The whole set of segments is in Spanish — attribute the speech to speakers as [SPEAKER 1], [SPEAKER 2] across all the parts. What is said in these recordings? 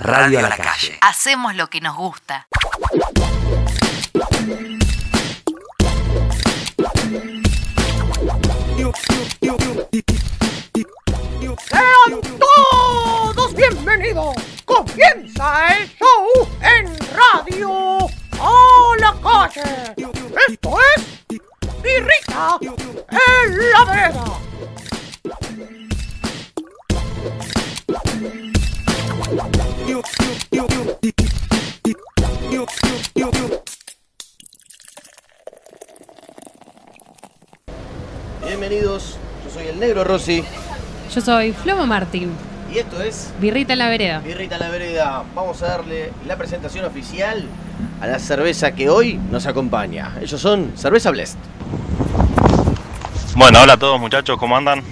[SPEAKER 1] Radio a la calle.
[SPEAKER 2] Hacemos lo que nos gusta.
[SPEAKER 3] Sean todos bienvenidos. Comienza el show en radio a la calle. Esto es Pirrita en la vereda.
[SPEAKER 4] Bienvenidos, yo soy el negro Rossi
[SPEAKER 5] Yo soy Floma Martín,
[SPEAKER 4] y esto es
[SPEAKER 5] birrita en la vereda.
[SPEAKER 4] Birrita en la Vereda. Vamos a darle la presentación oficial a la cerveza que hoy nos acompaña. Ellos son Cerveza Blest.
[SPEAKER 6] Bueno, hola a todos muchachos, ¿cómo andan?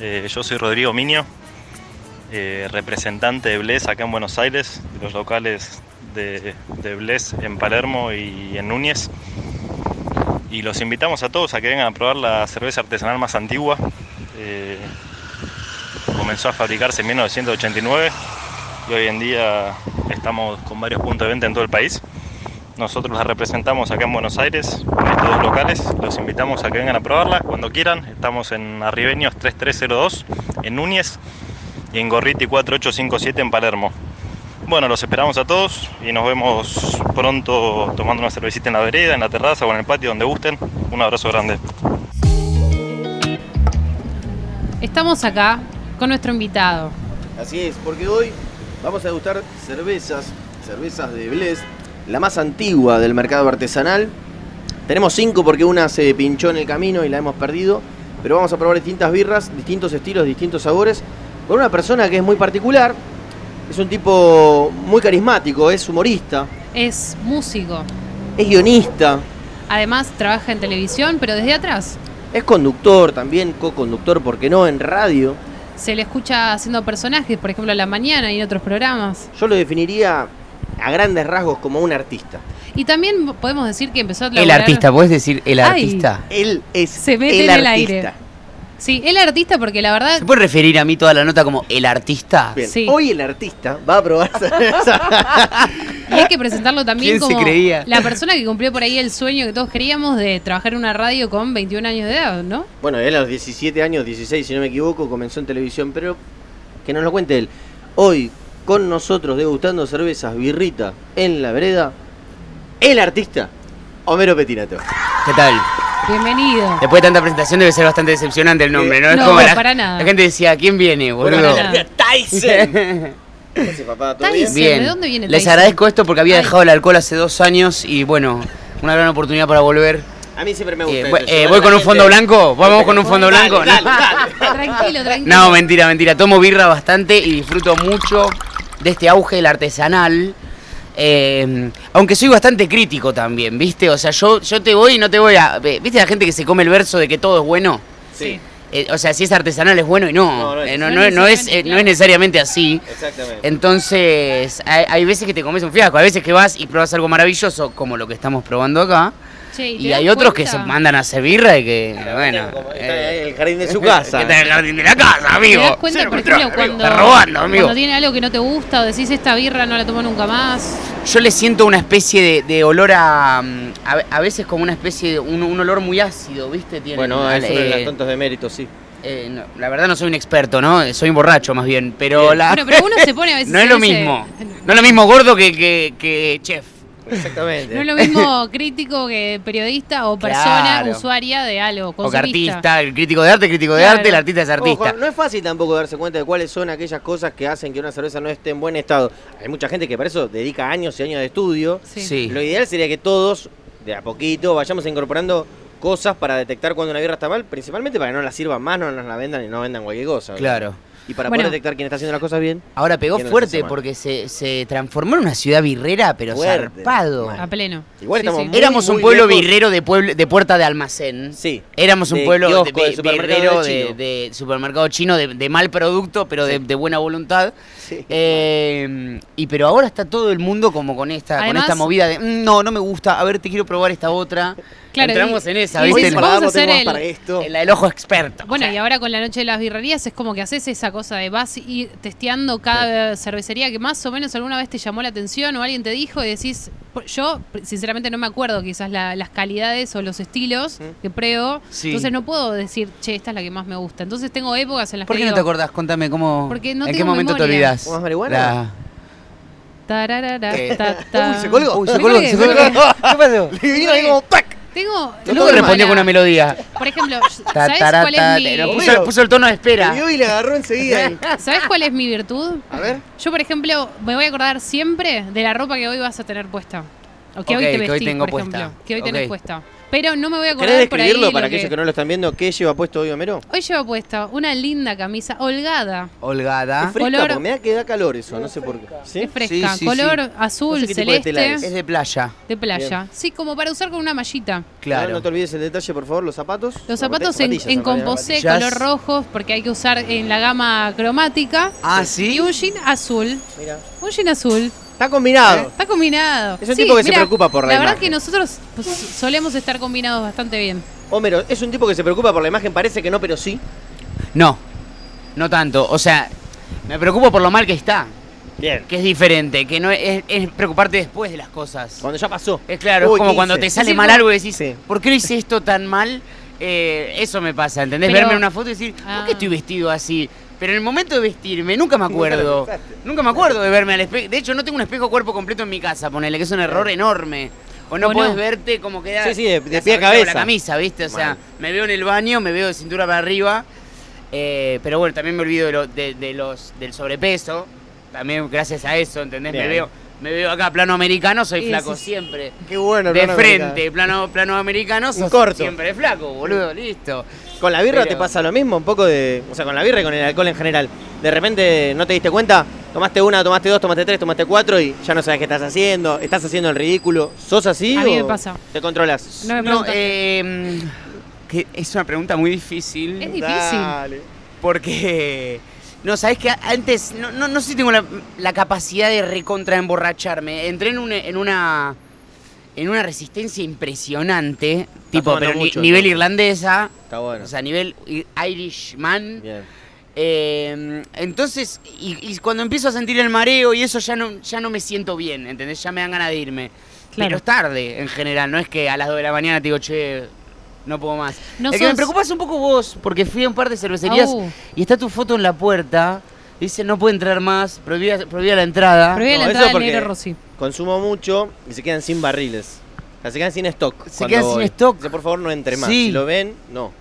[SPEAKER 6] Eh, yo soy Rodrigo Miño, eh, representante de Bles acá en Buenos Aires, de los locales de, de Bles en Palermo y en Núñez. Y los invitamos a todos a que vengan a probar la cerveza artesanal más antigua. Eh, comenzó a fabricarse en 1989 y hoy en día estamos con varios puntos de venta en todo el país. Nosotros la representamos acá en Buenos Aires, en estos dos locales. Los invitamos a que vengan a probarla cuando quieran. Estamos en Arribeños 3302, en Núñez, y en Gorriti 4857 en Palermo. Bueno, los esperamos a todos y nos vemos pronto tomando una cervecita en la vereda, en la terraza o en el patio, donde gusten. Un abrazo grande.
[SPEAKER 5] Estamos acá con nuestro invitado.
[SPEAKER 4] Así es, porque hoy vamos a degustar cervezas, cervezas de Blest, la más antigua del mercado artesanal. Tenemos cinco porque una se pinchó en el camino y la hemos perdido, pero vamos a probar distintas birras, distintos estilos, distintos sabores, con una persona que es muy particular, es un tipo muy carismático, es humorista,
[SPEAKER 5] Es músico.
[SPEAKER 4] es guionista,
[SPEAKER 5] Además, trabaja en televisión, pero desde atrás.
[SPEAKER 4] es conductor también, co-conductor, porque no, en radio.
[SPEAKER 5] Se le escucha haciendo personajes, por ejemplo, a la mañana y en otros programas.
[SPEAKER 4] Yo lo definiría a grandes rasgos como un artista.
[SPEAKER 5] Y también podemos decir que empezó a
[SPEAKER 1] El
[SPEAKER 5] laburar-
[SPEAKER 1] artista, ¿puedes decir el
[SPEAKER 5] Ay.
[SPEAKER 1] artista?
[SPEAKER 4] Él es
[SPEAKER 5] Se mete
[SPEAKER 4] el
[SPEAKER 5] en el
[SPEAKER 4] artista.
[SPEAKER 5] aire. Sí, el artista, porque la verdad.
[SPEAKER 1] ¿Se puede referir a mí toda la nota como el artista?
[SPEAKER 4] Bien,
[SPEAKER 5] Sí.
[SPEAKER 4] Hoy el artista va a probar cerveza.
[SPEAKER 5] Y hay que presentarlo también
[SPEAKER 1] ¿Quién se
[SPEAKER 5] como
[SPEAKER 1] creía?
[SPEAKER 5] la persona que cumplió por ahí el sueño que todos queríamos de trabajar en una radio con 21 años de edad, ¿no?
[SPEAKER 4] bueno, él a los 17 años, 16 si no me equivoco, comenzó en televisión, pero que nos lo cuente él. Hoy, con nosotros degustando cervezas birrita en la vereda, el artista, Homero Petinato.
[SPEAKER 1] ¿Qué tal?
[SPEAKER 5] Bienvenido.
[SPEAKER 1] Después de tanta presentación debe ser bastante decepcionante el nombre, ¿no?
[SPEAKER 5] No,
[SPEAKER 1] la,
[SPEAKER 5] para nada.
[SPEAKER 1] la gente decía, ¿quién viene, boludo?
[SPEAKER 5] para nada.
[SPEAKER 4] ¿Cómo hace, Pues papá? ¿Todo
[SPEAKER 5] Está
[SPEAKER 4] bien?
[SPEAKER 5] diciendo,
[SPEAKER 1] Bien.
[SPEAKER 5] ¿de dónde viene
[SPEAKER 1] Les
[SPEAKER 5] Tyson?
[SPEAKER 1] agradezco esto porque había
[SPEAKER 5] Ay.
[SPEAKER 1] dejado el alcohol hace dos años y bueno, una gran oportunidad para volver.
[SPEAKER 4] A mí siempre me gusta.
[SPEAKER 1] Eh,
[SPEAKER 4] esto,
[SPEAKER 1] voy- eh,
[SPEAKER 4] llevar
[SPEAKER 1] voy
[SPEAKER 4] a
[SPEAKER 1] con
[SPEAKER 4] la
[SPEAKER 1] un
[SPEAKER 4] gente-
[SPEAKER 1] fondo blanco, vamos con un fondo
[SPEAKER 4] Dale,
[SPEAKER 1] blanco.
[SPEAKER 4] dale,
[SPEAKER 1] ¿no?
[SPEAKER 4] dale.
[SPEAKER 5] Tranquilo, tranquilo.
[SPEAKER 1] No, mentira, mentira. Tomo birra bastante y disfruto mucho de este auge del artesanal. Eh, aunque soy bastante crítico también, ¿viste? O sea, yo, yo te voy y no te voy a. ve- ¿Viste la gente que se come el verso de que todo es bueno?
[SPEAKER 4] Sí,
[SPEAKER 1] Eh, o sea, si es artesanal es bueno y no.
[SPEAKER 4] No, no es.
[SPEAKER 1] Eh, No, no- no es, eh, no es necesariamente así. Eh,
[SPEAKER 4] exactamente.
[SPEAKER 1] Entonces, hay, hay veces que te comes un fiasco, hay veces que vas y pruebas algo maravilloso, como lo que estamos probando acá.
[SPEAKER 5] Che, ¿y te
[SPEAKER 1] Y
[SPEAKER 5] das
[SPEAKER 1] hay otros que
[SPEAKER 5] cuenta?
[SPEAKER 1] se mandan a hacer birra y que, bueno.
[SPEAKER 4] Como está
[SPEAKER 1] eh,
[SPEAKER 4] en el jardín de su casa.
[SPEAKER 1] que está en el jardín de la casa, amigo.
[SPEAKER 5] ¿Te das cuenta,
[SPEAKER 1] Cero
[SPEAKER 5] por
[SPEAKER 1] control,
[SPEAKER 5] ejemplo,
[SPEAKER 1] amigo.
[SPEAKER 5] cuando,
[SPEAKER 1] Está robando, amigo.
[SPEAKER 5] cuando tiene algo que no te gusta o decís esta birra no la tomo nunca más?
[SPEAKER 1] Yo le siento una especie de, de olor a, mm, a. a veces como una especie de. un, un olor muy ácido, ¿viste? Tiene,
[SPEAKER 4] Bueno,
[SPEAKER 1] al-
[SPEAKER 4] es uno de los
[SPEAKER 1] eh,
[SPEAKER 4] tantos deméritos, sí.
[SPEAKER 1] eh, no, la verdad no soy un experto, ¿no? Eh, Soy un borracho más bien, pero
[SPEAKER 4] Bien.
[SPEAKER 1] la.
[SPEAKER 5] Bueno, pero uno se pone a veces
[SPEAKER 1] no es lo
[SPEAKER 5] en ese-
[SPEAKER 1] mismo. No es lo mismo gordo que, que, que chef.
[SPEAKER 4] Exactamente.
[SPEAKER 5] No es lo mismo crítico que periodista o persona
[SPEAKER 1] Claro.
[SPEAKER 5] usuaria de algo,
[SPEAKER 1] O que
[SPEAKER 5] consumista.
[SPEAKER 1] artista, el crítico de arte, el crítico de
[SPEAKER 5] Claro.
[SPEAKER 1] arte, el artista es artista.
[SPEAKER 4] Ojo, no es fácil tampoco darse cuenta de cuáles son aquellas cosas que hacen que una cerveza no esté en buen estado. Hay mucha gente que para eso dedica años y años de estudio.
[SPEAKER 5] Sí.
[SPEAKER 1] Sí.
[SPEAKER 4] Lo ideal sería que todos, de a poquito, vayamos incorporando cosas para detectar cuando una birra está mal, principalmente para que no la sirvan más, no nos la vendan y no vendan cualquier cosa.
[SPEAKER 1] Claro.
[SPEAKER 4] Y para
[SPEAKER 5] Bueno.
[SPEAKER 4] poder detectar quién está haciendo las cosas bien.
[SPEAKER 1] Ahora pegó
[SPEAKER 4] Que no se hace
[SPEAKER 1] fuerte
[SPEAKER 4] mal.
[SPEAKER 1] porque se, se transformó en una ciudad birrera, pero
[SPEAKER 4] Fuerte.
[SPEAKER 1] zarpado.
[SPEAKER 5] A pleno.
[SPEAKER 4] Igual
[SPEAKER 5] Sí,
[SPEAKER 4] estamos
[SPEAKER 5] sí.
[SPEAKER 4] muy,
[SPEAKER 1] Éramos un
[SPEAKER 4] muy
[SPEAKER 1] pueblo
[SPEAKER 4] lejos.
[SPEAKER 1] birrero de, pueblo, de puerta de almacén.
[SPEAKER 4] Sí.
[SPEAKER 1] Éramos un
[SPEAKER 4] De
[SPEAKER 1] pueblo
[SPEAKER 4] kiosco,
[SPEAKER 1] de-
[SPEAKER 4] de supermercado
[SPEAKER 1] birrero
[SPEAKER 4] de
[SPEAKER 1] de,
[SPEAKER 4] chino.
[SPEAKER 1] de supermercado chino, de, de mal producto, pero de, de buena voluntad.
[SPEAKER 4] Sí.
[SPEAKER 1] Eh, y pero ahora está todo el mundo como con esta, con
[SPEAKER 5] Además-
[SPEAKER 1] esta movida de "Mm, no, no me gusta, a ver, te quiero probar esta otra.
[SPEAKER 5] Claro,
[SPEAKER 1] Entramos
[SPEAKER 5] y-
[SPEAKER 1] en esa,
[SPEAKER 5] y
[SPEAKER 1] ¿viste?
[SPEAKER 5] vamos a
[SPEAKER 4] Vamos
[SPEAKER 5] hacer
[SPEAKER 4] tenemos
[SPEAKER 5] el-
[SPEAKER 4] para esto.
[SPEAKER 1] En la del ojo experto.
[SPEAKER 5] Bueno,
[SPEAKER 1] O sea,
[SPEAKER 5] y ahora con la noche de las birrerías es como que haces esa cosa de vas y testeando cada cervecería que más o menos alguna vez te llamó la atención o alguien te dijo y decís, por- yo sinceramente no me acuerdo quizás la- las calidades o los estilos
[SPEAKER 4] Mm.
[SPEAKER 5] que pruebo,
[SPEAKER 1] Sí.
[SPEAKER 5] entonces no puedo decir, che, esta es la que más me gusta. Entonces tengo épocas en las
[SPEAKER 1] ¿Por
[SPEAKER 5] que
[SPEAKER 1] qué no
[SPEAKER 5] digo,
[SPEAKER 1] te acordás? Contame cómo.
[SPEAKER 5] Porque no
[SPEAKER 1] ¿En qué
[SPEAKER 5] tengo
[SPEAKER 1] momento te
[SPEAKER 5] memoria.
[SPEAKER 1] olvidás?
[SPEAKER 4] ¿Fumas marihuana?
[SPEAKER 5] "Tararara,
[SPEAKER 1] Eh.
[SPEAKER 5] ta, ta".
[SPEAKER 4] Uy, se colgó.
[SPEAKER 1] Uy,
[SPEAKER 5] Me
[SPEAKER 1] se colgó,
[SPEAKER 5] colgué,
[SPEAKER 1] se
[SPEAKER 5] me
[SPEAKER 1] colgó.
[SPEAKER 5] colgué.
[SPEAKER 1] ¿Qué pasó?
[SPEAKER 4] Le vinieron ahí como ¡tac!
[SPEAKER 5] Tengo
[SPEAKER 1] Luego
[SPEAKER 5] tengo
[SPEAKER 1] respondió con
[SPEAKER 5] para-
[SPEAKER 1] una melodía.
[SPEAKER 5] Por ejemplo,
[SPEAKER 1] Ta,
[SPEAKER 5] ¿sabes
[SPEAKER 1] ta, ra,
[SPEAKER 5] cuál
[SPEAKER 1] ta,
[SPEAKER 5] es mi-
[SPEAKER 1] ta. No, puso, puso el tono de
[SPEAKER 4] Le
[SPEAKER 1] espera.
[SPEAKER 4] vio y le agarró enseguida. él.
[SPEAKER 5] ¿Sabes cuál es mi virtud?
[SPEAKER 4] A ver.
[SPEAKER 5] Yo, por ejemplo, me voy a acordar siempre de la ropa que hoy vas a tener puesta. O que
[SPEAKER 1] Ok,
[SPEAKER 5] hoy te
[SPEAKER 1] que hoy
[SPEAKER 5] vestís,
[SPEAKER 1] tengo
[SPEAKER 5] por
[SPEAKER 1] puesta.
[SPEAKER 5] ejemplo. Que hoy tenés
[SPEAKER 1] Ok.
[SPEAKER 5] puesta. Pero no me voy a acordar
[SPEAKER 4] ¿Querés
[SPEAKER 5] por ahí.
[SPEAKER 4] describirlo
[SPEAKER 5] lo
[SPEAKER 4] para
[SPEAKER 5] que-
[SPEAKER 4] aquellos que no lo están viendo? ¿Qué lleva puesto hoy Homero?
[SPEAKER 5] Hoy llevo puesta una linda camisa holgada.
[SPEAKER 1] Holgada.
[SPEAKER 4] Es fresca,
[SPEAKER 5] Olor-
[SPEAKER 4] porque me da que da calor eso, no sé por qué. ¿Sí?
[SPEAKER 5] Es fresca,
[SPEAKER 1] Sí, sí,
[SPEAKER 5] color
[SPEAKER 1] sí.
[SPEAKER 5] azul,
[SPEAKER 4] No sé qué tipo de
[SPEAKER 5] celeste,
[SPEAKER 4] tela
[SPEAKER 5] de,
[SPEAKER 4] es.
[SPEAKER 1] Es de playa,
[SPEAKER 5] playa. Sí, como para usar con una mallita.
[SPEAKER 1] claro.
[SPEAKER 4] No, no te olvides el detalle, por favor, los zapatos.
[SPEAKER 5] Los zapatos en, en composé,
[SPEAKER 1] Zapatillas.
[SPEAKER 5] color rojos, porque hay que usar en la gama cromática.
[SPEAKER 1] ah,
[SPEAKER 5] Y
[SPEAKER 1] sí.
[SPEAKER 5] un jean azul.
[SPEAKER 4] Mira.
[SPEAKER 5] Un jean azul.
[SPEAKER 4] Está combinado.
[SPEAKER 5] Está combinado.
[SPEAKER 4] Es un tipo que se preocupa por la
[SPEAKER 5] verdad
[SPEAKER 4] imagen.
[SPEAKER 5] que nosotros pues, solemos estar combinados bastante bien.
[SPEAKER 4] Homero, es un tipo que se preocupa por la imagen, parece que no, pero sí.
[SPEAKER 1] No, no tanto. O sea, me preocupo por lo mal que está,
[SPEAKER 4] Bien.
[SPEAKER 1] que es diferente, que no es, es preocuparte después de las cosas.
[SPEAKER 4] Cuando ya pasó.
[SPEAKER 1] Es claro,
[SPEAKER 4] Uy,
[SPEAKER 1] es como
[SPEAKER 4] ¿qué
[SPEAKER 1] cuando
[SPEAKER 4] hice?
[SPEAKER 1] te sale
[SPEAKER 5] Decir,
[SPEAKER 1] mal
[SPEAKER 5] como-
[SPEAKER 1] algo y decís,
[SPEAKER 4] Sí.
[SPEAKER 1] ¿por qué no hice esto tan mal? Eh, eso me pasa, ¿entendés?
[SPEAKER 5] Pero-
[SPEAKER 1] Verme en una foto y decir, ¿por
[SPEAKER 5] Ah.
[SPEAKER 1] qué estoy vestido así? Pero en el momento de vestirme, nunca me acuerdo.
[SPEAKER 4] Nunca lo pensaste.
[SPEAKER 1] Nunca me acuerdo de verme al espejo. De hecho, no tengo un espejo cuerpo completo en mi casa, ponele, que es un error enorme. O no
[SPEAKER 5] O no.
[SPEAKER 1] puedes verte como queda.
[SPEAKER 4] Sí, sí, de- de
[SPEAKER 1] la
[SPEAKER 4] pie a
[SPEAKER 1] sartén o
[SPEAKER 4] cabeza.
[SPEAKER 1] La camisa, ¿viste? O sea,
[SPEAKER 4] Mal.
[SPEAKER 1] me veo en el baño, me veo de cintura para arriba. Eh, pero bueno, también me olvido de, lo- de- de los, del sobrepeso. También gracias a eso, ¿entendés? Me
[SPEAKER 4] Bien.
[SPEAKER 1] veo, me veo acá plano americano, soy
[SPEAKER 5] Sí,
[SPEAKER 1] flaco
[SPEAKER 5] sí, sí.
[SPEAKER 1] siempre.
[SPEAKER 4] Qué bueno,
[SPEAKER 1] De
[SPEAKER 4] hermano,
[SPEAKER 1] frente, plano, plano americano, sos
[SPEAKER 4] corto.
[SPEAKER 1] siempre flaco, boludo, listo.
[SPEAKER 4] mirá. Con la birra
[SPEAKER 1] Pero-
[SPEAKER 4] te pasa lo mismo, un poco de. O sea, con la birra y con el alcohol en general. De repente no te diste cuenta, tomaste una, tomaste dos, tomaste tres, tomaste cuatro y ya no sabes qué estás haciendo, estás haciendo el ridículo. ¿Sos así?
[SPEAKER 5] A mí me
[SPEAKER 4] o
[SPEAKER 5] pasa.
[SPEAKER 4] Te controlas.
[SPEAKER 5] No
[SPEAKER 1] No,
[SPEAKER 5] me preguntas.
[SPEAKER 1] eh, que es una pregunta muy difícil.
[SPEAKER 5] Es difícil.
[SPEAKER 1] Porque. No, sabes que antes. No, no, no sé si tengo la, la capacidad de recontraemborracharme. Entré en, un- en una. En una resistencia impresionante. tipo,
[SPEAKER 4] tomando
[SPEAKER 1] pero ni-
[SPEAKER 4] mucho,
[SPEAKER 1] nivel
[SPEAKER 4] entonces.
[SPEAKER 1] irlandesa.
[SPEAKER 4] Está bueno.
[SPEAKER 1] O sea, nivel i- Irishman.
[SPEAKER 4] Bien.
[SPEAKER 1] Eh, entonces, y, y cuando empiezo a sentir el mareo y eso ya no, ya no me siento bien, ¿entendés? Ya me dan ganas de irme.
[SPEAKER 5] Claro.
[SPEAKER 1] Pero es tarde, en general, no es que a las 2 de la mañana te digo, che, no puedo más.
[SPEAKER 5] No
[SPEAKER 1] es que me
[SPEAKER 5] sos-
[SPEAKER 1] preocupas un poco vos, porque fui a un par de cervecerías
[SPEAKER 5] Au.
[SPEAKER 1] y está tu foto en la puerta, dice no puede entrar más, prohibida, prohibida la entrada.
[SPEAKER 5] Prohibida
[SPEAKER 4] No, eso
[SPEAKER 5] la entrada del
[SPEAKER 4] porque-
[SPEAKER 5] negro Rossi.
[SPEAKER 4] Consumo mucho y se quedan sin barriles. O sea, se quedan sin stock.
[SPEAKER 1] Se
[SPEAKER 4] cuando
[SPEAKER 1] quedan sin
[SPEAKER 4] voy.
[SPEAKER 1] stock.
[SPEAKER 4] Dice, por favor, no entre más.
[SPEAKER 1] Sí.
[SPEAKER 4] Si lo ven, no.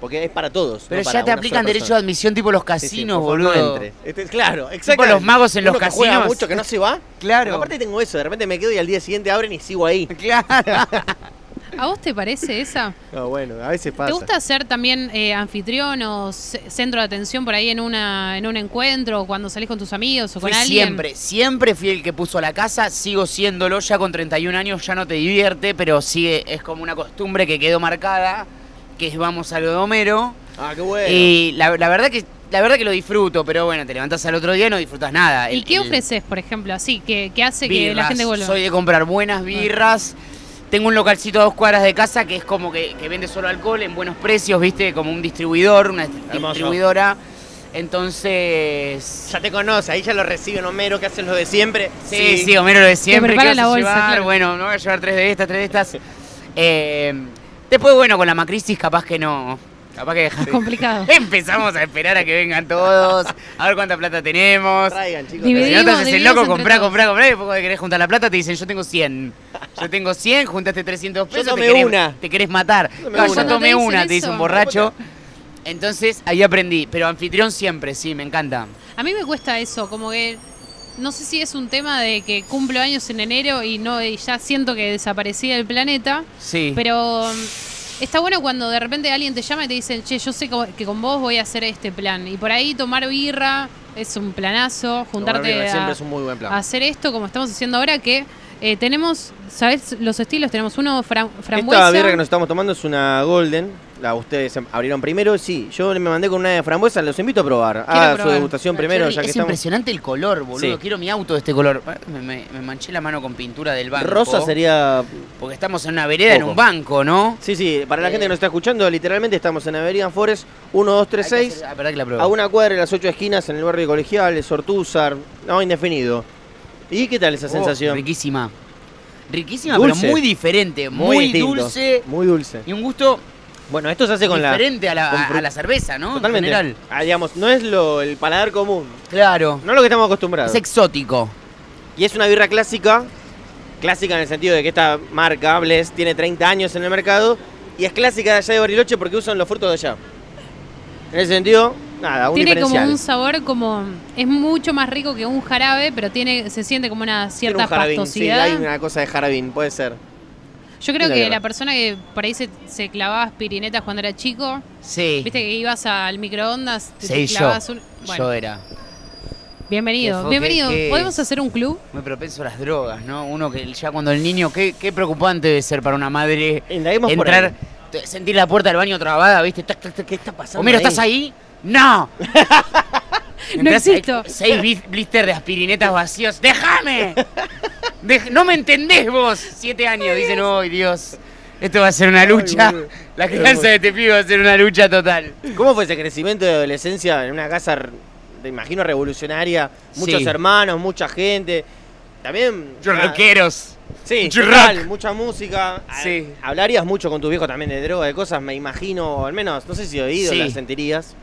[SPEAKER 4] Porque es para todos.
[SPEAKER 1] Pero
[SPEAKER 4] no para
[SPEAKER 1] ya te
[SPEAKER 4] una
[SPEAKER 1] aplican
[SPEAKER 4] sola
[SPEAKER 1] derecho de
[SPEAKER 4] persona.
[SPEAKER 1] admisión tipo los
[SPEAKER 4] Sí, sí,
[SPEAKER 1] casinos,
[SPEAKER 4] por favor,
[SPEAKER 1] boludo.
[SPEAKER 4] No entre. Este, claro, exacto.
[SPEAKER 1] Tipo los magos en los
[SPEAKER 4] Uno que juega
[SPEAKER 1] casinos.
[SPEAKER 4] mucho que no se va.
[SPEAKER 1] Claro.
[SPEAKER 4] Porque aparte tengo eso, de repente me quedo y al día siguiente abren y sigo ahí.
[SPEAKER 1] Claro.
[SPEAKER 5] ¿A vos te parece esa?
[SPEAKER 4] No, bueno, a veces pasa.
[SPEAKER 5] ¿Te gusta ser también eh, anfitrión o c- centro de atención por ahí en una en un encuentro o cuando salís con tus amigos o con
[SPEAKER 1] Fui
[SPEAKER 5] alguien?
[SPEAKER 1] siempre, siempre fui el que puso la casa, sigo siéndolo, ya con 31 años ya no te divierte, pero sigue, es como una costumbre que quedó marcada, que es vamos a lo de Homero.
[SPEAKER 4] Ah, qué bueno.
[SPEAKER 1] Y la, la verdad que la verdad que lo disfruto, pero bueno, te levantás al otro día y no disfrutas nada.
[SPEAKER 5] ¿Y
[SPEAKER 1] El-
[SPEAKER 5] qué
[SPEAKER 1] el-
[SPEAKER 5] ofreces, por ejemplo, así que, que hace que la
[SPEAKER 1] birras.
[SPEAKER 5] gente vuelva?
[SPEAKER 1] Soy de comprar buenas birras. Tengo un localcito a dos cuadras de casa que es como que, que vende solo alcohol en buenos precios, viste, como un distribuidor, una
[SPEAKER 4] Hermoso.
[SPEAKER 1] distribuidora. Entonces.
[SPEAKER 4] Ya te conoce, ahí ya lo reciben Homero, que hacen lo de siempre.
[SPEAKER 1] Sí, sí, Homero de siempre. ¿qué
[SPEAKER 5] prepara
[SPEAKER 1] vas
[SPEAKER 5] la
[SPEAKER 1] a
[SPEAKER 5] bolsa,
[SPEAKER 1] llevar?
[SPEAKER 5] claro.
[SPEAKER 1] Bueno, no voy a llevar tres de estas, tres de estas. Eh, después, bueno, con la macrisis capaz que no. Capaz que
[SPEAKER 5] Es complicado.
[SPEAKER 1] Empezamos a esperar a que vengan todos, a ver cuánta plata tenemos.
[SPEAKER 4] Traigan,
[SPEAKER 1] Si
[SPEAKER 4] chicos.
[SPEAKER 5] Divide-
[SPEAKER 1] no te
[SPEAKER 5] Dividimos,
[SPEAKER 1] haces el
[SPEAKER 5] dividimos
[SPEAKER 1] loco,
[SPEAKER 5] entre
[SPEAKER 1] comprá,
[SPEAKER 5] todos.
[SPEAKER 1] comprá, comprá, y después cuando querés juntar la plata te dicen, yo tengo 100. Yo tengo 100, juntaste 300 pesos,
[SPEAKER 4] tomé
[SPEAKER 1] te, querés,
[SPEAKER 4] una.
[SPEAKER 1] te querés matar.
[SPEAKER 4] tomé
[SPEAKER 1] No,
[SPEAKER 4] una.
[SPEAKER 1] yo
[SPEAKER 5] Cuando te
[SPEAKER 1] tomé
[SPEAKER 5] dicen
[SPEAKER 1] una, te dice
[SPEAKER 5] eso.
[SPEAKER 1] un borracho. Entonces, ahí aprendí. Pero anfitrión siempre, sí, me encanta.
[SPEAKER 5] A mí me cuesta eso, como que no sé si es un tema de que cumplo años en enero y no y ya siento que desaparecí del planeta.
[SPEAKER 1] Sí.
[SPEAKER 5] Pero um, está bueno cuando de repente alguien te llama y te dicen, che, yo sé co- que con vos voy a hacer este plan. Y por ahí tomar birra es un planazo,
[SPEAKER 4] Tomar
[SPEAKER 5] juntarte
[SPEAKER 4] birra
[SPEAKER 5] a,
[SPEAKER 4] siempre es un muy buen plan.
[SPEAKER 5] a hacer esto como estamos haciendo ahora, que Eh, tenemos, ¿sabes los estilos? Tenemos uno fran- frambuesa.
[SPEAKER 4] Esta birra que nos estamos tomando es una Golden. La ustedes em- abrieron primero. Sí, yo me mandé con una de frambuesa. Los invito a probar. Ah, su
[SPEAKER 5] probar.
[SPEAKER 4] degustación
[SPEAKER 5] Ah,
[SPEAKER 4] primero,
[SPEAKER 1] Jerry,
[SPEAKER 4] ya que
[SPEAKER 1] es
[SPEAKER 4] estamos.
[SPEAKER 1] impresionante el color, boludo.
[SPEAKER 4] Sí.
[SPEAKER 1] Quiero mi auto de este color. Me, me- me manché la mano con pintura del banco.
[SPEAKER 4] Rosa sería.
[SPEAKER 1] Porque estamos en una vereda, en
[SPEAKER 4] Poco.
[SPEAKER 1] un banco, ¿no?
[SPEAKER 4] Sí, sí, para la
[SPEAKER 1] Eh.
[SPEAKER 4] gente que nos está escuchando, literalmente estamos en Avenida Forest 1236.
[SPEAKER 1] Ah, pará que la pruebo.
[SPEAKER 4] A una cuadra de las ocho esquinas en el barrio de Colegiales, Ortúzar, no, indefinido. ¿Y qué tal esa
[SPEAKER 1] Oh,
[SPEAKER 4] sensación?
[SPEAKER 1] Riquísima. Riquísima,
[SPEAKER 4] Dulce.
[SPEAKER 1] pero muy diferente.
[SPEAKER 4] Muy
[SPEAKER 1] Muy,
[SPEAKER 4] distinto,
[SPEAKER 1] dulce.
[SPEAKER 4] Muy dulce.
[SPEAKER 1] Y un gusto
[SPEAKER 4] Bueno, esto se hace con la.
[SPEAKER 1] diferente a, la,
[SPEAKER 4] con
[SPEAKER 1] a-
[SPEAKER 4] fru-
[SPEAKER 1] a la cerveza, ¿no? En
[SPEAKER 4] Totalmente.
[SPEAKER 1] general.
[SPEAKER 4] Ah, digamos, no es lo, el paladar común.
[SPEAKER 1] Claro.
[SPEAKER 4] No es lo que estamos acostumbrados.
[SPEAKER 1] Es exótico.
[SPEAKER 4] Y es una birra clásica, clásica en el sentido de que esta marca, Bless, tiene 30 años en el mercado y es clásica de allá de Bariloche porque usan los frutos de allá. En ese sentido, nada, un
[SPEAKER 5] tiene como
[SPEAKER 4] diferencial.
[SPEAKER 5] un sabor como. Es mucho más rico que un jarabe, pero tiene se siente como una
[SPEAKER 4] Tiene
[SPEAKER 5] cierta
[SPEAKER 4] un jarabín, sí,
[SPEAKER 5] pastosidad.
[SPEAKER 4] hay una cosa de jarabín, puede ser.
[SPEAKER 5] Yo creo
[SPEAKER 4] Mira
[SPEAKER 5] que
[SPEAKER 4] que va.
[SPEAKER 5] la persona que por ahí se, se clavaba aspirinetas cuando era chico,
[SPEAKER 1] Sí.
[SPEAKER 5] viste que ibas al microondas, te, te
[SPEAKER 1] Sí, yo.
[SPEAKER 5] clavabas un. Bueno,
[SPEAKER 1] Yo era. Qué
[SPEAKER 5] bienvenido,
[SPEAKER 1] fo-
[SPEAKER 5] bienvenido.
[SPEAKER 1] qué- qué-
[SPEAKER 5] ¿Podemos hacer un club?
[SPEAKER 1] Muy propenso a las drogas, ¿no? Uno que ya cuando el niño, qué, qué preocupante debe ser para una madre
[SPEAKER 4] Indaguemos por
[SPEAKER 1] entrar,
[SPEAKER 4] ahí.
[SPEAKER 1] te- sentir la puerta del baño trabada, ¿viste? Tac, tac, tac.
[SPEAKER 4] ¿Qué está pasando
[SPEAKER 1] Homero, ¿estás ahí? ¡No! Entrás,
[SPEAKER 5] existo.
[SPEAKER 1] hay Seis bis- blister de aspirinetas vacíos. ¡Déjame! Dej- ¡No me entendés vos! Siete años, dicen, ¡ay, Dios! Esto va a ser una lucha.
[SPEAKER 4] boludo.
[SPEAKER 1] La crianza de este pibe va a ser una lucha total.
[SPEAKER 4] ¿Cómo fue ese crecimiento de adolescencia en una casa, re- te imagino, revolucionaria? Muchos
[SPEAKER 1] Sí.
[SPEAKER 4] hermanos, mucha gente. También. nada,
[SPEAKER 1] Churroqueros.
[SPEAKER 4] Sí,
[SPEAKER 1] Mucho
[SPEAKER 4] total,
[SPEAKER 1] rock.
[SPEAKER 4] mucha música. Ah,
[SPEAKER 1] Sí.
[SPEAKER 4] Hablarías mucho con tu viejo también de droga, de cosas, me imagino, o al menos, no sé si oído
[SPEAKER 1] Sí.
[SPEAKER 4] las sentirías.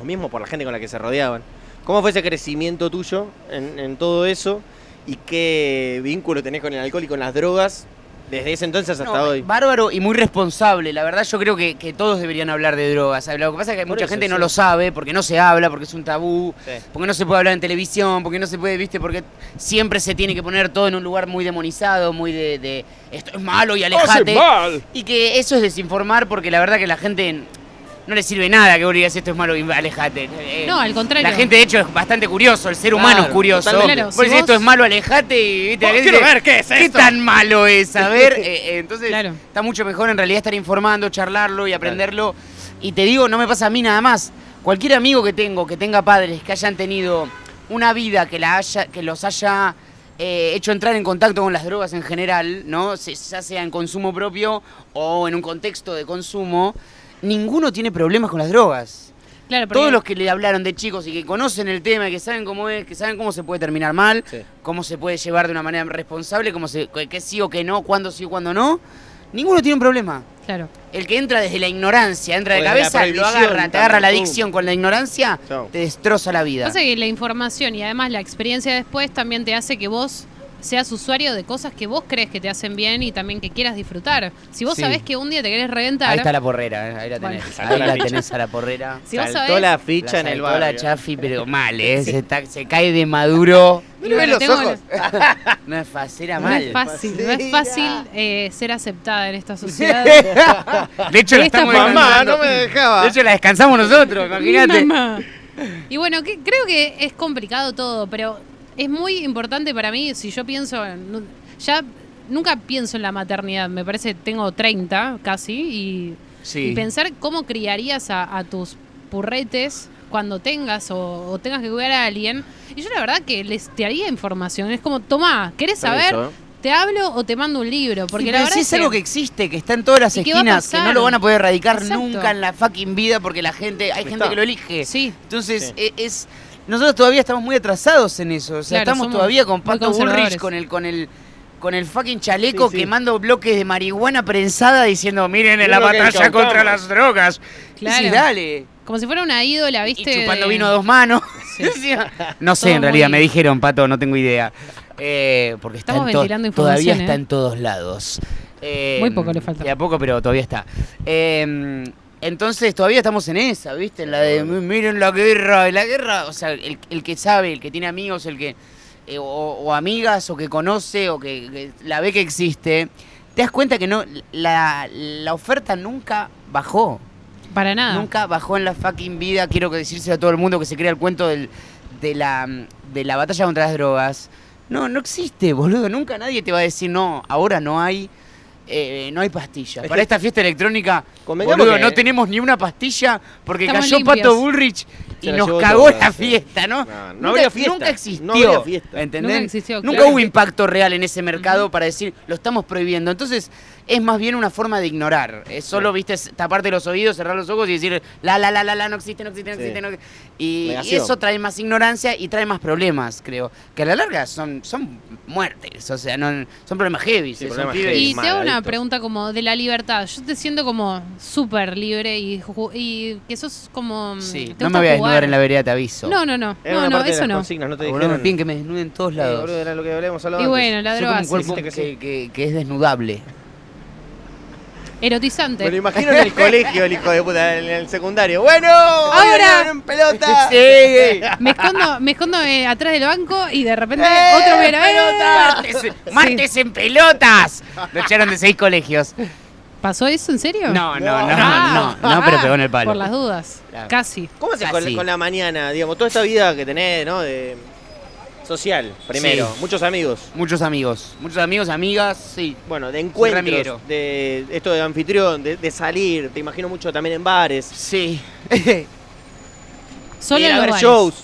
[SPEAKER 4] O mismo por la gente con la que se rodeaban. ¿Cómo fue ese crecimiento tuyo en, en todo eso? ¿Y qué vínculo tenés con el alcohol y con las drogas desde ese entonces hasta
[SPEAKER 1] No,
[SPEAKER 4] hoy?
[SPEAKER 1] Bárbaro y muy responsable. La verdad, yo creo que, que todos deberían hablar de drogas. Lo que pasa es que
[SPEAKER 4] Por
[SPEAKER 1] mucha
[SPEAKER 4] eso,
[SPEAKER 1] gente no
[SPEAKER 4] sí.
[SPEAKER 1] lo sabe porque no se habla, porque es un tabú,
[SPEAKER 4] Sí.
[SPEAKER 1] porque no se puede hablar en televisión, porque no se puede, viste, porque siempre se tiene que poner todo en un lugar muy demonizado, muy de, de, esto es malo y alejate. Y que eso es desinformar porque la verdad que la gente no le sirve nada que vos le digas esto es malo y alejate. Eh,
[SPEAKER 5] No, al contrario.
[SPEAKER 1] La gente, de hecho, es bastante curioso. El ser humano
[SPEAKER 4] Claro,
[SPEAKER 1] es curioso.
[SPEAKER 4] totalmente.
[SPEAKER 5] Claro,
[SPEAKER 1] vos
[SPEAKER 5] si
[SPEAKER 1] decís, esto
[SPEAKER 5] vos-
[SPEAKER 1] es malo, alejate y viste, la
[SPEAKER 4] Vos,
[SPEAKER 1] gente
[SPEAKER 4] quiero
[SPEAKER 1] dice,
[SPEAKER 4] ver qué es
[SPEAKER 1] ¿Qué
[SPEAKER 4] esto".
[SPEAKER 1] tan malo es? A ver, eh, eh, entonces
[SPEAKER 5] Claro.
[SPEAKER 1] está mucho mejor en realidad estar informando, charlarlo y aprenderlo. Y te digo, no me pasa a mí nada más. Cualquier amigo que tengo, que tenga padres, que hayan tenido una vida que, la haya, que los haya eh, hecho entrar en contacto con las drogas en general, ¿no? Se- ya sea en consumo propio o en un contexto de consumo, ninguno tiene problemas con las drogas.
[SPEAKER 5] Claro, porque-
[SPEAKER 1] Todos los que le hablaron de chicos y que conocen el tema, y que saben cómo es, que saben cómo se puede terminar mal,
[SPEAKER 4] Sí.
[SPEAKER 1] cómo se puede llevar de una manera responsable, cómo se, qué sí o qué no, cuándo sí o cuándo no, ninguno tiene un problema.
[SPEAKER 5] Claro.
[SPEAKER 1] El que entra desde la ignorancia, entra de
[SPEAKER 4] O desde la
[SPEAKER 1] cabeza, lo
[SPEAKER 4] prohibición
[SPEAKER 1] agarra, te agarra la
[SPEAKER 4] también,
[SPEAKER 1] adicción con la ignorancia,
[SPEAKER 4] Chau.
[SPEAKER 1] te destroza la vida.
[SPEAKER 5] Pasa que la información y además la experiencia después también te hace que vos seas usuario de cosas que vos crees que te hacen bien y también que quieras disfrutar. Si vos
[SPEAKER 1] Sí.
[SPEAKER 5] sabés que un día te querés reventar,
[SPEAKER 1] Ahí está la porrera, eh, ahí la tenés.
[SPEAKER 5] Bueno.
[SPEAKER 1] Ahí la tenés a la porrera.
[SPEAKER 5] si vos
[SPEAKER 4] Saltó
[SPEAKER 5] sabés,
[SPEAKER 4] la ficha en el
[SPEAKER 1] saltó la
[SPEAKER 4] barrio.
[SPEAKER 1] chafi, pero mal, ¿eh? se, ta- se cae de maduro.
[SPEAKER 4] Mira,
[SPEAKER 5] Bueno,
[SPEAKER 4] los
[SPEAKER 5] tengo
[SPEAKER 4] ojos.
[SPEAKER 1] No es fácil, era
[SPEAKER 5] no
[SPEAKER 1] mal.
[SPEAKER 5] es fácil, no es fácil eh, ser aceptada en esta sociedad.
[SPEAKER 1] De hecho, la
[SPEAKER 5] Esta
[SPEAKER 1] estamos
[SPEAKER 5] mamá
[SPEAKER 4] Mamá,
[SPEAKER 1] descansando.
[SPEAKER 4] no me dejaba.
[SPEAKER 1] De hecho, la descansamos nosotros, imagínate.
[SPEAKER 5] Mamá. Y bueno, que, creo que es complicado todo, pero es muy importante para mí, si yo pienso, en- nu- ya nunca pienso en la maternidad, me parece, tengo 30 casi, y,
[SPEAKER 1] Sí.
[SPEAKER 5] y pensar cómo criarías a, a tus purretes cuando tengas o, o tengas que cuidar a alguien. Y yo la verdad que les te haría información, es como, tomá, ¿querés
[SPEAKER 4] Está
[SPEAKER 5] saber?
[SPEAKER 4] eso, ¿eh?
[SPEAKER 5] Te hablo o te mando un libro, porque
[SPEAKER 1] Sí,
[SPEAKER 5] la
[SPEAKER 1] pero
[SPEAKER 5] verdad
[SPEAKER 1] si es algo que existe, que está en todas las
[SPEAKER 5] ¿Y qué va a
[SPEAKER 1] esquinas, que
[SPEAKER 5] pasar?
[SPEAKER 1] no lo van a poder erradicar
[SPEAKER 5] Exacto.
[SPEAKER 1] nunca en la fucking vida porque la gente, hay gente
[SPEAKER 4] Está.
[SPEAKER 1] que lo elige.
[SPEAKER 5] Sí.
[SPEAKER 1] Entonces,
[SPEAKER 4] Sí.
[SPEAKER 1] e- es, nosotros todavía estamos muy atrasados en eso. O sea,
[SPEAKER 5] Claro,
[SPEAKER 1] estamos
[SPEAKER 5] somos
[SPEAKER 1] todavía con
[SPEAKER 5] muy
[SPEAKER 1] Pato
[SPEAKER 5] conservadores.
[SPEAKER 1] Bullrich, con el, con el, con el fucking chaleco
[SPEAKER 4] Sí, sí.
[SPEAKER 1] quemando bloques de marihuana prensada diciendo, miren, en
[SPEAKER 4] Miren
[SPEAKER 1] la
[SPEAKER 4] lo que
[SPEAKER 1] batalla
[SPEAKER 4] encontramos".
[SPEAKER 1] contra las drogas. Y
[SPEAKER 5] Claro.
[SPEAKER 1] sí, dale.
[SPEAKER 5] Como si fuera una ídola,
[SPEAKER 1] Y
[SPEAKER 5] ¿viste?
[SPEAKER 1] chupando
[SPEAKER 5] De-
[SPEAKER 1] vino a dos manos. no sé,
[SPEAKER 5] Todo
[SPEAKER 1] en realidad,
[SPEAKER 5] muy-
[SPEAKER 1] me dijeron, Pato, no tengo idea. Eh, porque está
[SPEAKER 5] Estamos
[SPEAKER 1] en to-
[SPEAKER 5] ventilando
[SPEAKER 1] todavía
[SPEAKER 5] información,
[SPEAKER 1] está
[SPEAKER 5] ¿eh?
[SPEAKER 1] en todos lados. Eh,
[SPEAKER 5] Muy poco le falta.
[SPEAKER 1] De a poco, pero todavía está. Eh, entonces, todavía estamos en esa, ¿viste? En la de, "M- miren la guerra, y la guerra. O sea, el, el que sabe, el que tiene amigos, el que... eh, o, o amigas, o que conoce, o que, que la ve que existe. Te das cuenta que no la, la oferta nunca bajó.
[SPEAKER 5] Para nada.
[SPEAKER 1] Nunca bajó en la fucking vida. Quiero que decírselo a todo el mundo que se crea el cuento del- de, la, de la batalla contra las drogas. No, no existe, boludo. Nunca nadie te va a decir, no, ahora no hay. eh, no hay pastilla.
[SPEAKER 4] Es
[SPEAKER 1] Para
[SPEAKER 4] que-
[SPEAKER 1] esta fiesta electrónica,
[SPEAKER 4] Convengamos
[SPEAKER 1] boludo,
[SPEAKER 4] que-
[SPEAKER 1] no tenemos ni una pastilla porque
[SPEAKER 5] Estamos
[SPEAKER 1] cayó
[SPEAKER 5] limpios.
[SPEAKER 1] Pato Bullrich y
[SPEAKER 4] Se la
[SPEAKER 1] nos
[SPEAKER 4] llevó
[SPEAKER 1] cagó
[SPEAKER 4] toda,
[SPEAKER 1] la
[SPEAKER 4] sí.
[SPEAKER 1] fiesta, ¿no?
[SPEAKER 4] No, no
[SPEAKER 1] Nunca-
[SPEAKER 4] habría fiesta.
[SPEAKER 1] Nunca existió.
[SPEAKER 4] No habría fiesta.
[SPEAKER 1] ¿entendés?
[SPEAKER 5] Nunca existió,
[SPEAKER 1] Nunca
[SPEAKER 5] claro.
[SPEAKER 1] hubo impacto real en ese mercado para decir, lo estamos prohibiendo. Entonces, es más bien una forma de ignorar. Es solo, viste, es taparte los oídos, cerrar los ojos y decir, la, la, la, la, la, no existe, no existe, no
[SPEAKER 4] Sí.
[SPEAKER 1] existe. no existe. Y, y
[SPEAKER 4] Negación.
[SPEAKER 1] eso trae más ignorancia y trae más problemas, creo. Que a la larga son, son muertes, o sea, no, son problemas heavy. son
[SPEAKER 4] problemas
[SPEAKER 1] pibes-
[SPEAKER 4] heavy.
[SPEAKER 5] Y te hago una
[SPEAKER 4] maladictos.
[SPEAKER 5] pregunta como de la libertad. Yo te siento como súper libre y, ju- y que sos como... mm,
[SPEAKER 1] Sí,
[SPEAKER 5] te
[SPEAKER 1] no me
[SPEAKER 5] gusta
[SPEAKER 1] voy a
[SPEAKER 5] jugar.
[SPEAKER 1] desnudar en la vereda, te aviso.
[SPEAKER 5] No, no, no.
[SPEAKER 4] Era
[SPEAKER 5] no,
[SPEAKER 4] una
[SPEAKER 5] no,
[SPEAKER 4] parte
[SPEAKER 5] eso
[SPEAKER 4] de las
[SPEAKER 5] no.
[SPEAKER 4] consignas, no te
[SPEAKER 1] Ah, boludo,
[SPEAKER 4] dijeron.
[SPEAKER 1] me piden que me desnuden en todos
[SPEAKER 4] Sí,
[SPEAKER 1] lados.
[SPEAKER 4] boludo, era lo que habíamos hablado
[SPEAKER 5] Y
[SPEAKER 4] antes.
[SPEAKER 5] bueno, la
[SPEAKER 1] Soy como
[SPEAKER 5] droga.
[SPEAKER 1] un cuerpo
[SPEAKER 4] Dijiste
[SPEAKER 1] que,
[SPEAKER 4] que sí.
[SPEAKER 1] que- que es desnudable.
[SPEAKER 4] Me lo
[SPEAKER 5] Erotizante.
[SPEAKER 4] imagino en el colegio, el hijo de puta, en el secundario. Bueno,
[SPEAKER 5] Ahora.
[SPEAKER 4] en pelota.
[SPEAKER 1] Sí.
[SPEAKER 5] Me escondo, me escondo eh, atrás del banco y de repente
[SPEAKER 4] ¡Eh,
[SPEAKER 5] otro me lo- ¡Eh!
[SPEAKER 1] Martes, martes en pelotas. Lo echaron de seis colegios.
[SPEAKER 5] ¿Pasó eso en serio?
[SPEAKER 1] No, no, no,
[SPEAKER 5] Ah.
[SPEAKER 1] no, no, pero pegó en el
[SPEAKER 5] Por
[SPEAKER 1] palo.
[SPEAKER 5] las dudas.
[SPEAKER 1] Claro.
[SPEAKER 5] Casi.
[SPEAKER 4] ¿Cómo haces con,
[SPEAKER 1] Casi.
[SPEAKER 4] con la mañana? Digamos, toda esta vida que tenés, ¿no? De social, primero.
[SPEAKER 1] Sí.
[SPEAKER 4] Muchos amigos.
[SPEAKER 1] Muchos amigos, muchos amigos, amigas, sí.
[SPEAKER 4] Bueno, de
[SPEAKER 1] ramiguero.
[SPEAKER 4] encuentros, de esto de anfitrión, de, de salir. Te imagino mucho también en bares.
[SPEAKER 1] Sí.
[SPEAKER 5] Solo
[SPEAKER 4] ir
[SPEAKER 5] en
[SPEAKER 4] a
[SPEAKER 5] los
[SPEAKER 4] ver
[SPEAKER 5] bares.
[SPEAKER 4] shows.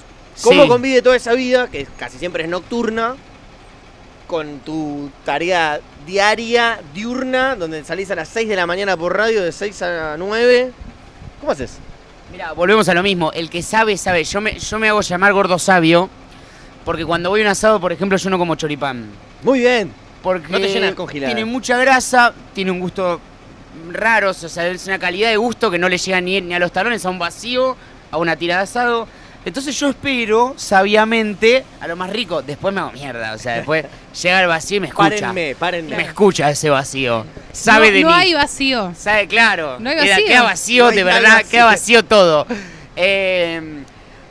[SPEAKER 4] ¿Cómo
[SPEAKER 1] Sí.
[SPEAKER 4] convive toda esa vida, que casi siempre es nocturna, con tu tarea diaria, diurna, donde salís a las 6 de la mañana por radio, de 6 a 9? ¿Cómo haces?
[SPEAKER 1] Mira, volvemos a lo mismo. El que sabe, sabe. Yo me, yo me hago llamar gordo sabio porque cuando voy a un asado, por ejemplo, yo no como choripán.
[SPEAKER 4] Muy bien.
[SPEAKER 1] Porque
[SPEAKER 4] No te llenas con gilada.
[SPEAKER 1] tiene mucha grasa, tiene un gusto raro, o sea, es una calidad de gusto que no le llega ni, ni a los talones, a un vacío, a una tira de asado. Entonces yo espero, sabiamente, a lo más rico. Después me hago mierda, o sea, después llega el vacío y me escucha.
[SPEAKER 4] Párenme, párenme.
[SPEAKER 1] Me escucha ese vacío. Sabe
[SPEAKER 5] no,
[SPEAKER 1] de
[SPEAKER 5] no
[SPEAKER 1] mí.
[SPEAKER 5] hay vacío.
[SPEAKER 1] Sabe, claro.
[SPEAKER 5] No hay
[SPEAKER 1] Queda-
[SPEAKER 5] vacío.
[SPEAKER 1] Queda, vacío,
[SPEAKER 4] No hay-
[SPEAKER 1] de
[SPEAKER 4] no hay
[SPEAKER 1] verdad,
[SPEAKER 4] vacío.
[SPEAKER 1] queda vacío todo. Eh,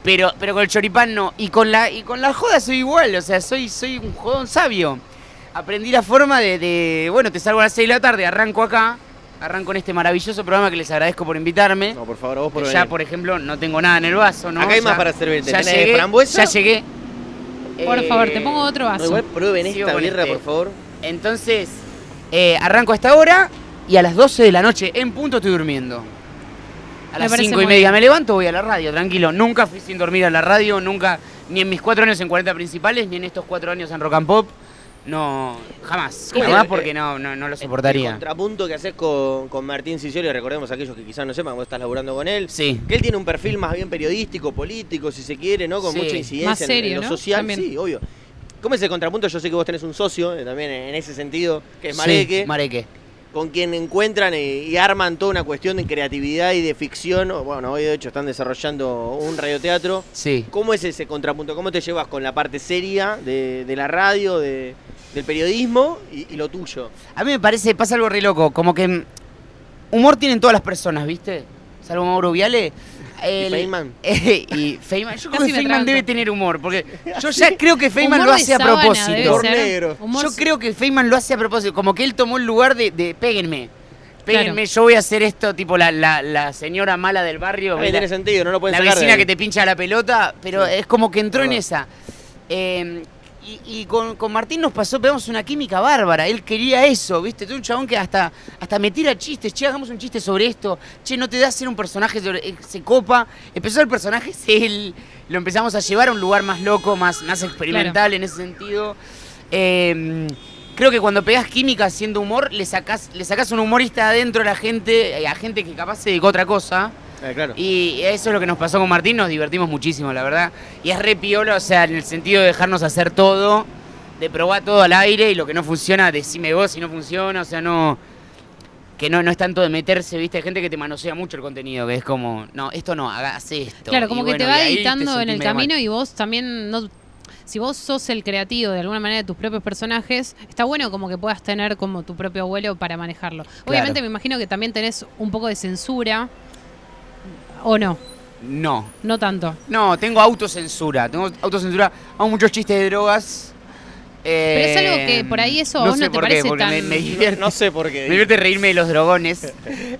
[SPEAKER 1] pero, pero con el choripán no. Y con la, y con la joda soy igual, o sea, soy, soy un jodón sabio. Aprendí la forma de, de, bueno, te salgo a las 6 de la tarde, arranco acá, arranco en este maravilloso programa que les agradezco por invitarme.
[SPEAKER 4] No, por favor, a vos por
[SPEAKER 1] Que
[SPEAKER 4] venir.
[SPEAKER 1] ya, por ejemplo, no tengo nada en el vaso, ¿no?
[SPEAKER 4] Acá hay
[SPEAKER 1] Ya-
[SPEAKER 4] más para servirte.
[SPEAKER 1] Ya
[SPEAKER 4] ¿Tenés
[SPEAKER 1] llegué,
[SPEAKER 4] frambuesa?
[SPEAKER 1] ya llegué.
[SPEAKER 5] Por
[SPEAKER 1] Eh,
[SPEAKER 5] favor, te pongo otro
[SPEAKER 4] No,
[SPEAKER 5] vaso.
[SPEAKER 4] igual prueben
[SPEAKER 1] Sigo
[SPEAKER 4] esta
[SPEAKER 1] con
[SPEAKER 4] birra,
[SPEAKER 1] este.
[SPEAKER 4] por favor.
[SPEAKER 1] Entonces, eh, arranco a esta hora y a las 12 de la noche en punto estoy durmiendo. A
[SPEAKER 5] Me
[SPEAKER 1] las
[SPEAKER 5] parece
[SPEAKER 1] 5 y
[SPEAKER 5] muy
[SPEAKER 1] media
[SPEAKER 5] bien.
[SPEAKER 1] me levanto, voy a la radio, tranquilo. Nunca fui sin dormir a la radio, nunca, ni en mis cuatro años en 40 principales, ni en estos cuatro años en rock and pop. No, jamás.
[SPEAKER 4] ¿Cómo
[SPEAKER 1] Jamás
[SPEAKER 4] te- eh,
[SPEAKER 1] porque no, no, no lo
[SPEAKER 4] El
[SPEAKER 1] soportaría.
[SPEAKER 4] contrapunto que haces con, con Martín Sicioli, recordemos a aquellos que quizás no sepan, vos estás laburando con él.
[SPEAKER 1] Sí.
[SPEAKER 4] Que él tiene un perfil más bien periodístico, político, si se quiere, ¿no? Con
[SPEAKER 1] Sí.
[SPEAKER 4] mucha incidencia
[SPEAKER 5] Más
[SPEAKER 4] en- en,
[SPEAKER 5] serio,
[SPEAKER 4] lo
[SPEAKER 5] ¿no?
[SPEAKER 4] social.
[SPEAKER 5] También.
[SPEAKER 4] Sí, obvio. ¿Cómo es el contrapunto? Yo sé que vos tenés un socio eh, también en ese sentido, que es
[SPEAKER 1] Sí,
[SPEAKER 4] Mareque,
[SPEAKER 1] Mareque.
[SPEAKER 4] con quien encuentran y, y arman toda una cuestión de creatividad y de ficción. O, Bueno, hoy de hecho están desarrollando un radioteatro.
[SPEAKER 1] Sí.
[SPEAKER 4] ¿Cómo es ese contrapunto? ¿Cómo te llevas con la parte seria de, de la radio, de- del periodismo y, y lo tuyo?
[SPEAKER 1] A mí me parece, pasa algo re loco, como que mm, humor tienen todas las personas, ¿viste? Salvo Mauro Viale. El-
[SPEAKER 4] Feynman.
[SPEAKER 1] y Feynman. Yo creo
[SPEAKER 5] Casi
[SPEAKER 1] que
[SPEAKER 5] me
[SPEAKER 1] Feynman
[SPEAKER 5] tranco.
[SPEAKER 1] debe tener humor, porque yo ya creo que Feynman
[SPEAKER 5] Humor
[SPEAKER 1] lo
[SPEAKER 5] de
[SPEAKER 1] hace a
[SPEAKER 5] sábana, debe
[SPEAKER 1] propósito.
[SPEAKER 4] Humor
[SPEAKER 5] ser.
[SPEAKER 4] negro.
[SPEAKER 5] Humor-
[SPEAKER 1] Yo creo que Feynman lo hace a propósito, como que él tomó el lugar de, de péguenme. Péguenme,
[SPEAKER 5] Claro.
[SPEAKER 1] yo voy a hacer esto, tipo la, la, la señora mala del barrio.
[SPEAKER 4] También
[SPEAKER 1] la-
[SPEAKER 4] tiene sentido, no lo pueden
[SPEAKER 1] la
[SPEAKER 4] sacar de
[SPEAKER 1] vecina
[SPEAKER 4] ahí. Ah.
[SPEAKER 1] que te pincha la pelota, pero es como que entró en
[SPEAKER 4] Verdad.
[SPEAKER 1] esa. Eh, y y con, con Martín nos pasó, pegamos una química bárbara, él quería eso, ¿viste? Tú un chabón que hasta, hasta me tira chistes, che, hagamos un chiste sobre esto, che, no te da ser un personaje, sobre- eh, se copa. Empezó el personaje, es él, lo empezamos a llevar a un lugar más loco, más, más experimental en ese sentido. Eh, Creo que cuando pegás química haciendo humor, le sacás, le sacás un humorista adentro a la gente, eh, a gente que capaz se dedicó a otra cosa.
[SPEAKER 4] Ah, claro.
[SPEAKER 1] Y eso es lo que nos pasó con Martín, nos divertimos muchísimo, la verdad. Y es re piola, o sea, en el sentido de dejarnos hacer todo, de probar todo al aire y lo que no funciona, decime vos si no funciona, o sea, no. Que no, no es tanto de meterse, viste, hay gente que te manosea mucho el contenido, que es como, no, esto no, haga, haz esto.
[SPEAKER 5] Claro,
[SPEAKER 1] Y
[SPEAKER 5] como que
[SPEAKER 1] bueno,
[SPEAKER 5] te
[SPEAKER 1] y
[SPEAKER 5] va
[SPEAKER 1] ahí
[SPEAKER 5] editando en
[SPEAKER 1] sentís medio
[SPEAKER 5] el
[SPEAKER 1] mal.
[SPEAKER 5] camino y vos también no si vos sos el creativo de alguna manera de tus propios personajes, está bueno como que puedas tener como tu propio vuelo para manejarlo. Obviamente me imagino que también tenés un poco de censura o no,
[SPEAKER 1] No,
[SPEAKER 5] no tanto.
[SPEAKER 1] no, tengo autocensura, tengo autocensura, hago muchos chistes de drogas. eh,
[SPEAKER 5] Pero es algo que por ahí eso a vos
[SPEAKER 1] sé
[SPEAKER 5] no te
[SPEAKER 1] por
[SPEAKER 5] parece
[SPEAKER 1] qué, porque
[SPEAKER 5] tan-
[SPEAKER 1] me, me divierte.
[SPEAKER 4] No sé por
[SPEAKER 1] Me
[SPEAKER 4] qué.
[SPEAKER 1] divierte reírme de los drogones.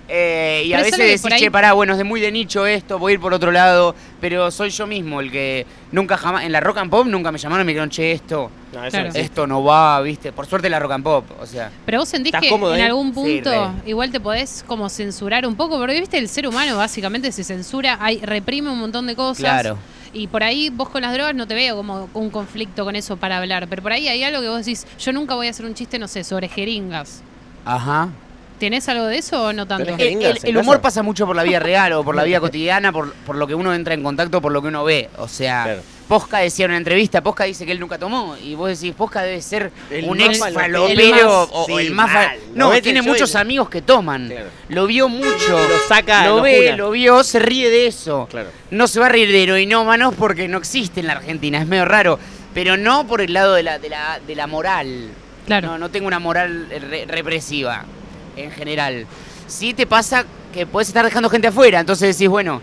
[SPEAKER 1] Eh, y a
[SPEAKER 5] Pero es
[SPEAKER 1] veces
[SPEAKER 5] algo que
[SPEAKER 1] decís,
[SPEAKER 5] por ahí-
[SPEAKER 1] che, pará, bueno, es de muy de nicho esto, voy a ir por otro lado. Pero soy yo mismo el que nunca jamás. En la rock and pop nunca me llamaron y me dijeron, che, esto,
[SPEAKER 4] No, eso
[SPEAKER 5] Claro.
[SPEAKER 4] no existe.
[SPEAKER 1] esto no va, viste. Por suerte la rock and pop, o sea.
[SPEAKER 5] Pero vos sentís
[SPEAKER 4] ¿Estás
[SPEAKER 5] que
[SPEAKER 4] cómodo
[SPEAKER 5] en
[SPEAKER 4] ahí?
[SPEAKER 5] algún
[SPEAKER 1] Sí,
[SPEAKER 5] punto
[SPEAKER 1] re.
[SPEAKER 5] igual te podés como censurar un poco, porque viste, el ser humano básicamente se censura, hay, reprime un montón de cosas.
[SPEAKER 1] Claro.
[SPEAKER 5] Y por ahí vos con las drogas no te veo como un conflicto con eso para hablar, pero por ahí hay algo que vos decís, yo nunca voy a hacer un chiste, no sé, sobre jeringas.
[SPEAKER 1] Ajá.
[SPEAKER 5] ¿Tenés algo de eso o no tanto?
[SPEAKER 4] Pero es que-
[SPEAKER 1] El,
[SPEAKER 4] Jeringas,
[SPEAKER 1] Eh, el-
[SPEAKER 4] en
[SPEAKER 1] el
[SPEAKER 4] casa.
[SPEAKER 1] humor pasa mucho por la vida real o por la vida cotidiana, por, por lo que uno entra en contacto, por lo que uno ve. O sea,
[SPEAKER 4] Claro.
[SPEAKER 1] Posca decía en una entrevista, Posca dice que él nunca tomó. Y vos decís, Posca debe ser
[SPEAKER 4] El
[SPEAKER 1] un
[SPEAKER 4] más
[SPEAKER 1] ex
[SPEAKER 4] falopero.
[SPEAKER 5] El
[SPEAKER 1] falopero
[SPEAKER 5] más-
[SPEAKER 1] o, o
[SPEAKER 4] sí,
[SPEAKER 1] el más... fa-
[SPEAKER 4] mal. Lo
[SPEAKER 1] No,
[SPEAKER 4] ves
[SPEAKER 1] tiene
[SPEAKER 4] en el
[SPEAKER 1] muchos
[SPEAKER 4] show y-
[SPEAKER 1] amigos que toman.
[SPEAKER 4] Claro.
[SPEAKER 1] Lo vio mucho.
[SPEAKER 4] Lo saca,
[SPEAKER 1] Lo
[SPEAKER 4] lo
[SPEAKER 1] ve,
[SPEAKER 4] jura.
[SPEAKER 1] lo vio, se ríe de eso.
[SPEAKER 4] Claro.
[SPEAKER 1] No se va a reír de heroinómanos porque no existe en la Argentina, es medio raro. Pero no por el lado de la, de la, de la moral.
[SPEAKER 5] Claro.
[SPEAKER 1] No, no tengo una moral eh, re- represiva en general. Sí te pasa que puedes estar dejando gente afuera, entonces decís, bueno,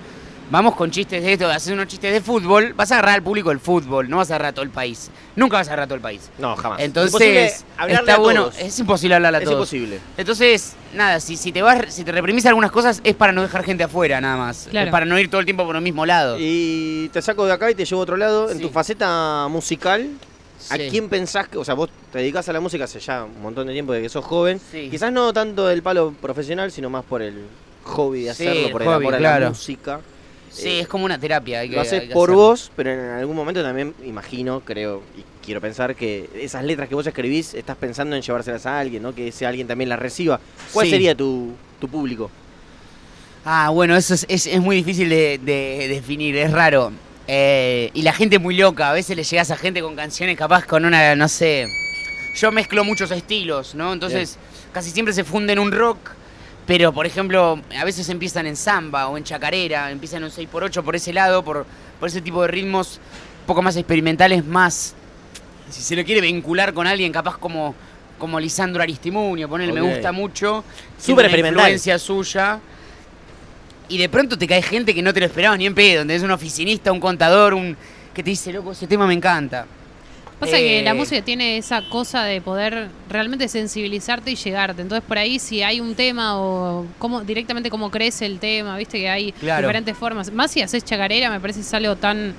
[SPEAKER 1] vamos con chistes de esto, haces unos chistes de fútbol, vas a agarrar al público el fútbol, no vas a agarrar a todo el país. Nunca vas a agarrar a todo el país.
[SPEAKER 4] No, jamás. Imposible
[SPEAKER 1] Entonces,
[SPEAKER 4] hablarle
[SPEAKER 1] está
[SPEAKER 4] a
[SPEAKER 1] bueno,
[SPEAKER 4] todos.
[SPEAKER 1] es imposible hablar a
[SPEAKER 4] Es
[SPEAKER 1] todos.
[SPEAKER 4] imposible.
[SPEAKER 1] Entonces, nada, si, si te vas, si te reprimís algunas cosas es para no dejar gente afuera nada más.
[SPEAKER 5] Claro.
[SPEAKER 1] Es para no ir todo el tiempo por el mismo lado.
[SPEAKER 4] Y te saco de acá y te llevo a otro lado. En
[SPEAKER 1] Sí.
[SPEAKER 4] tu faceta musical, ¿a
[SPEAKER 1] Sí.
[SPEAKER 4] quién pensás que.? O sea, vos te dedicás a la música hace ya un montón de tiempo de que sos joven.
[SPEAKER 1] Sí.
[SPEAKER 4] Quizás no tanto del palo profesional, sino más por el hobby de
[SPEAKER 1] Sí,
[SPEAKER 4] hacerlo,
[SPEAKER 1] el
[SPEAKER 4] por
[SPEAKER 1] hobby,
[SPEAKER 4] el amor a la
[SPEAKER 1] claro.
[SPEAKER 4] música.
[SPEAKER 1] Sí,
[SPEAKER 4] Eh,
[SPEAKER 1] es como una terapia. hay que-
[SPEAKER 4] Lo haces
[SPEAKER 1] hay que
[SPEAKER 4] por
[SPEAKER 1] hacerlo.
[SPEAKER 4] vos, pero en algún momento también imagino, creo y quiero pensar que esas letras que vos escribís estás pensando en llevárselas a alguien, ¿no? Que ese alguien también las reciba. ¿Cuál
[SPEAKER 1] Sí.
[SPEAKER 4] sería tu, tu público?
[SPEAKER 1] Ah, bueno, eso es, es- es muy difícil de, de definir, es raro. Eh, y la gente es muy loca, a veces le llegas a gente con canciones capaz con una, no sé. Yo mezclo muchos estilos, ¿no? Entonces, casi siempre se funden un rock, pero por ejemplo, a veces empiezan en samba o en chacarera, empiezan en un 6x8 por ese lado, por, por ese tipo de ritmos un poco más experimentales, más. Si se lo quiere vincular con alguien, capaz como, como Lisandro Aristimuño, ponele,
[SPEAKER 4] Ok.
[SPEAKER 1] me gusta mucho.
[SPEAKER 4] Súper
[SPEAKER 1] Súper
[SPEAKER 4] experimental.
[SPEAKER 1] influencia suya. Y de pronto te cae gente que no te lo esperabas ni en pedo. Tenés un oficinista, un contador, un que te dice, loco, ese tema me encanta.
[SPEAKER 5] Pasa que
[SPEAKER 1] Eh,
[SPEAKER 5] la música tiene esa cosa de poder realmente sensibilizarte y llegarte. Entonces, por ahí, si hay un tema o cómo, directamente cómo crece el tema, viste que hay
[SPEAKER 1] Claro.
[SPEAKER 5] diferentes formas. Más si haces chacarera, me parece es algo tan.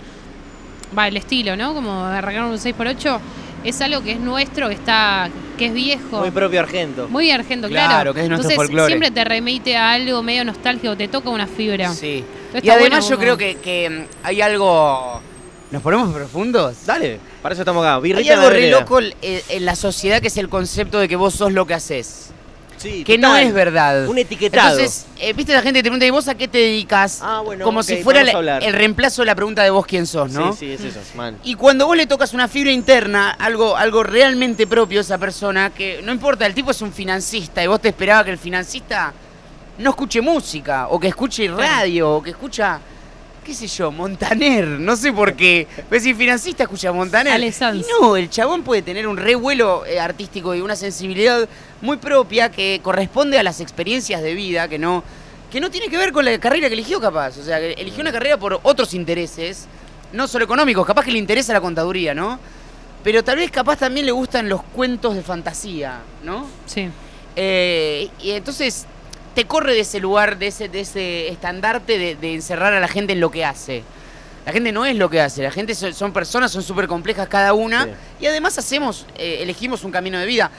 [SPEAKER 5] Va, el estilo, ¿no? Como arrancar un 6x8, es algo que es nuestro, que está que es viejo.
[SPEAKER 4] Muy
[SPEAKER 5] Muy,
[SPEAKER 4] propio argento.
[SPEAKER 5] argento, claro.
[SPEAKER 1] Claro, que es nuestro
[SPEAKER 5] Entonces,
[SPEAKER 1] folclore.
[SPEAKER 5] siempre te remite a algo medio nostálgico, te toca una fibra.
[SPEAKER 1] Sí.
[SPEAKER 5] Está
[SPEAKER 1] Y además
[SPEAKER 5] bueno
[SPEAKER 1] yo
[SPEAKER 5] como-
[SPEAKER 1] creo que, que, mm, hay algo... ¿Nos ponemos profundos?
[SPEAKER 4] Dale, para eso estamos acá.
[SPEAKER 1] Hay
[SPEAKER 4] Birrita en
[SPEAKER 1] algo
[SPEAKER 4] la
[SPEAKER 1] re
[SPEAKER 4] vereda.
[SPEAKER 1] loco en, en la sociedad que es el concepto de que vos sos lo que haces.
[SPEAKER 4] Sí,
[SPEAKER 1] Que no
[SPEAKER 4] total.
[SPEAKER 1] es verdad.
[SPEAKER 4] Un etiquetado.
[SPEAKER 1] Entonces, eh, viste la gente que te pregunta, ¿y vos a qué te dedicas?
[SPEAKER 4] Ah, bueno,
[SPEAKER 1] Como
[SPEAKER 4] ok,
[SPEAKER 1] si fuera
[SPEAKER 4] vamos a
[SPEAKER 1] la-
[SPEAKER 4] hablar.
[SPEAKER 1] el reemplazo de la pregunta de vos quién sos, ¿no?
[SPEAKER 4] Sí, sí, es eso, man.
[SPEAKER 1] Y cuando vos le tocas una fibra interna, algo, algo realmente propio a esa persona, que no importa, el tipo es un financista y vos te esperabas que el financista no escuche música, o que escuche radio, o que escucha, qué sé yo, Montaner, no sé por qué. Ves si el financista escucha Montaner.
[SPEAKER 5] Ale Sanz.
[SPEAKER 1] Y no, el chabón puede tener un revuelo eh, artístico y una sensibilidad muy propia que corresponde a las experiencias de vida, que no, que no tiene que ver con la carrera que eligió capaz. O sea, que eligió una carrera por otros intereses, no solo económicos, capaz que le interesa la contaduría, ¿no? Pero tal vez capaz también le gustan los cuentos de fantasía, ¿no?
[SPEAKER 5] Sí.
[SPEAKER 1] Eh, y entonces te corre de ese lugar, de ese, de ese estandarte de, de encerrar a la gente en lo que hace. La gente no es lo que hace, la gente so- son, personas, son súper complejas cada una
[SPEAKER 4] Sí.
[SPEAKER 1] y además hacemos, eh, elegimos un camino de vida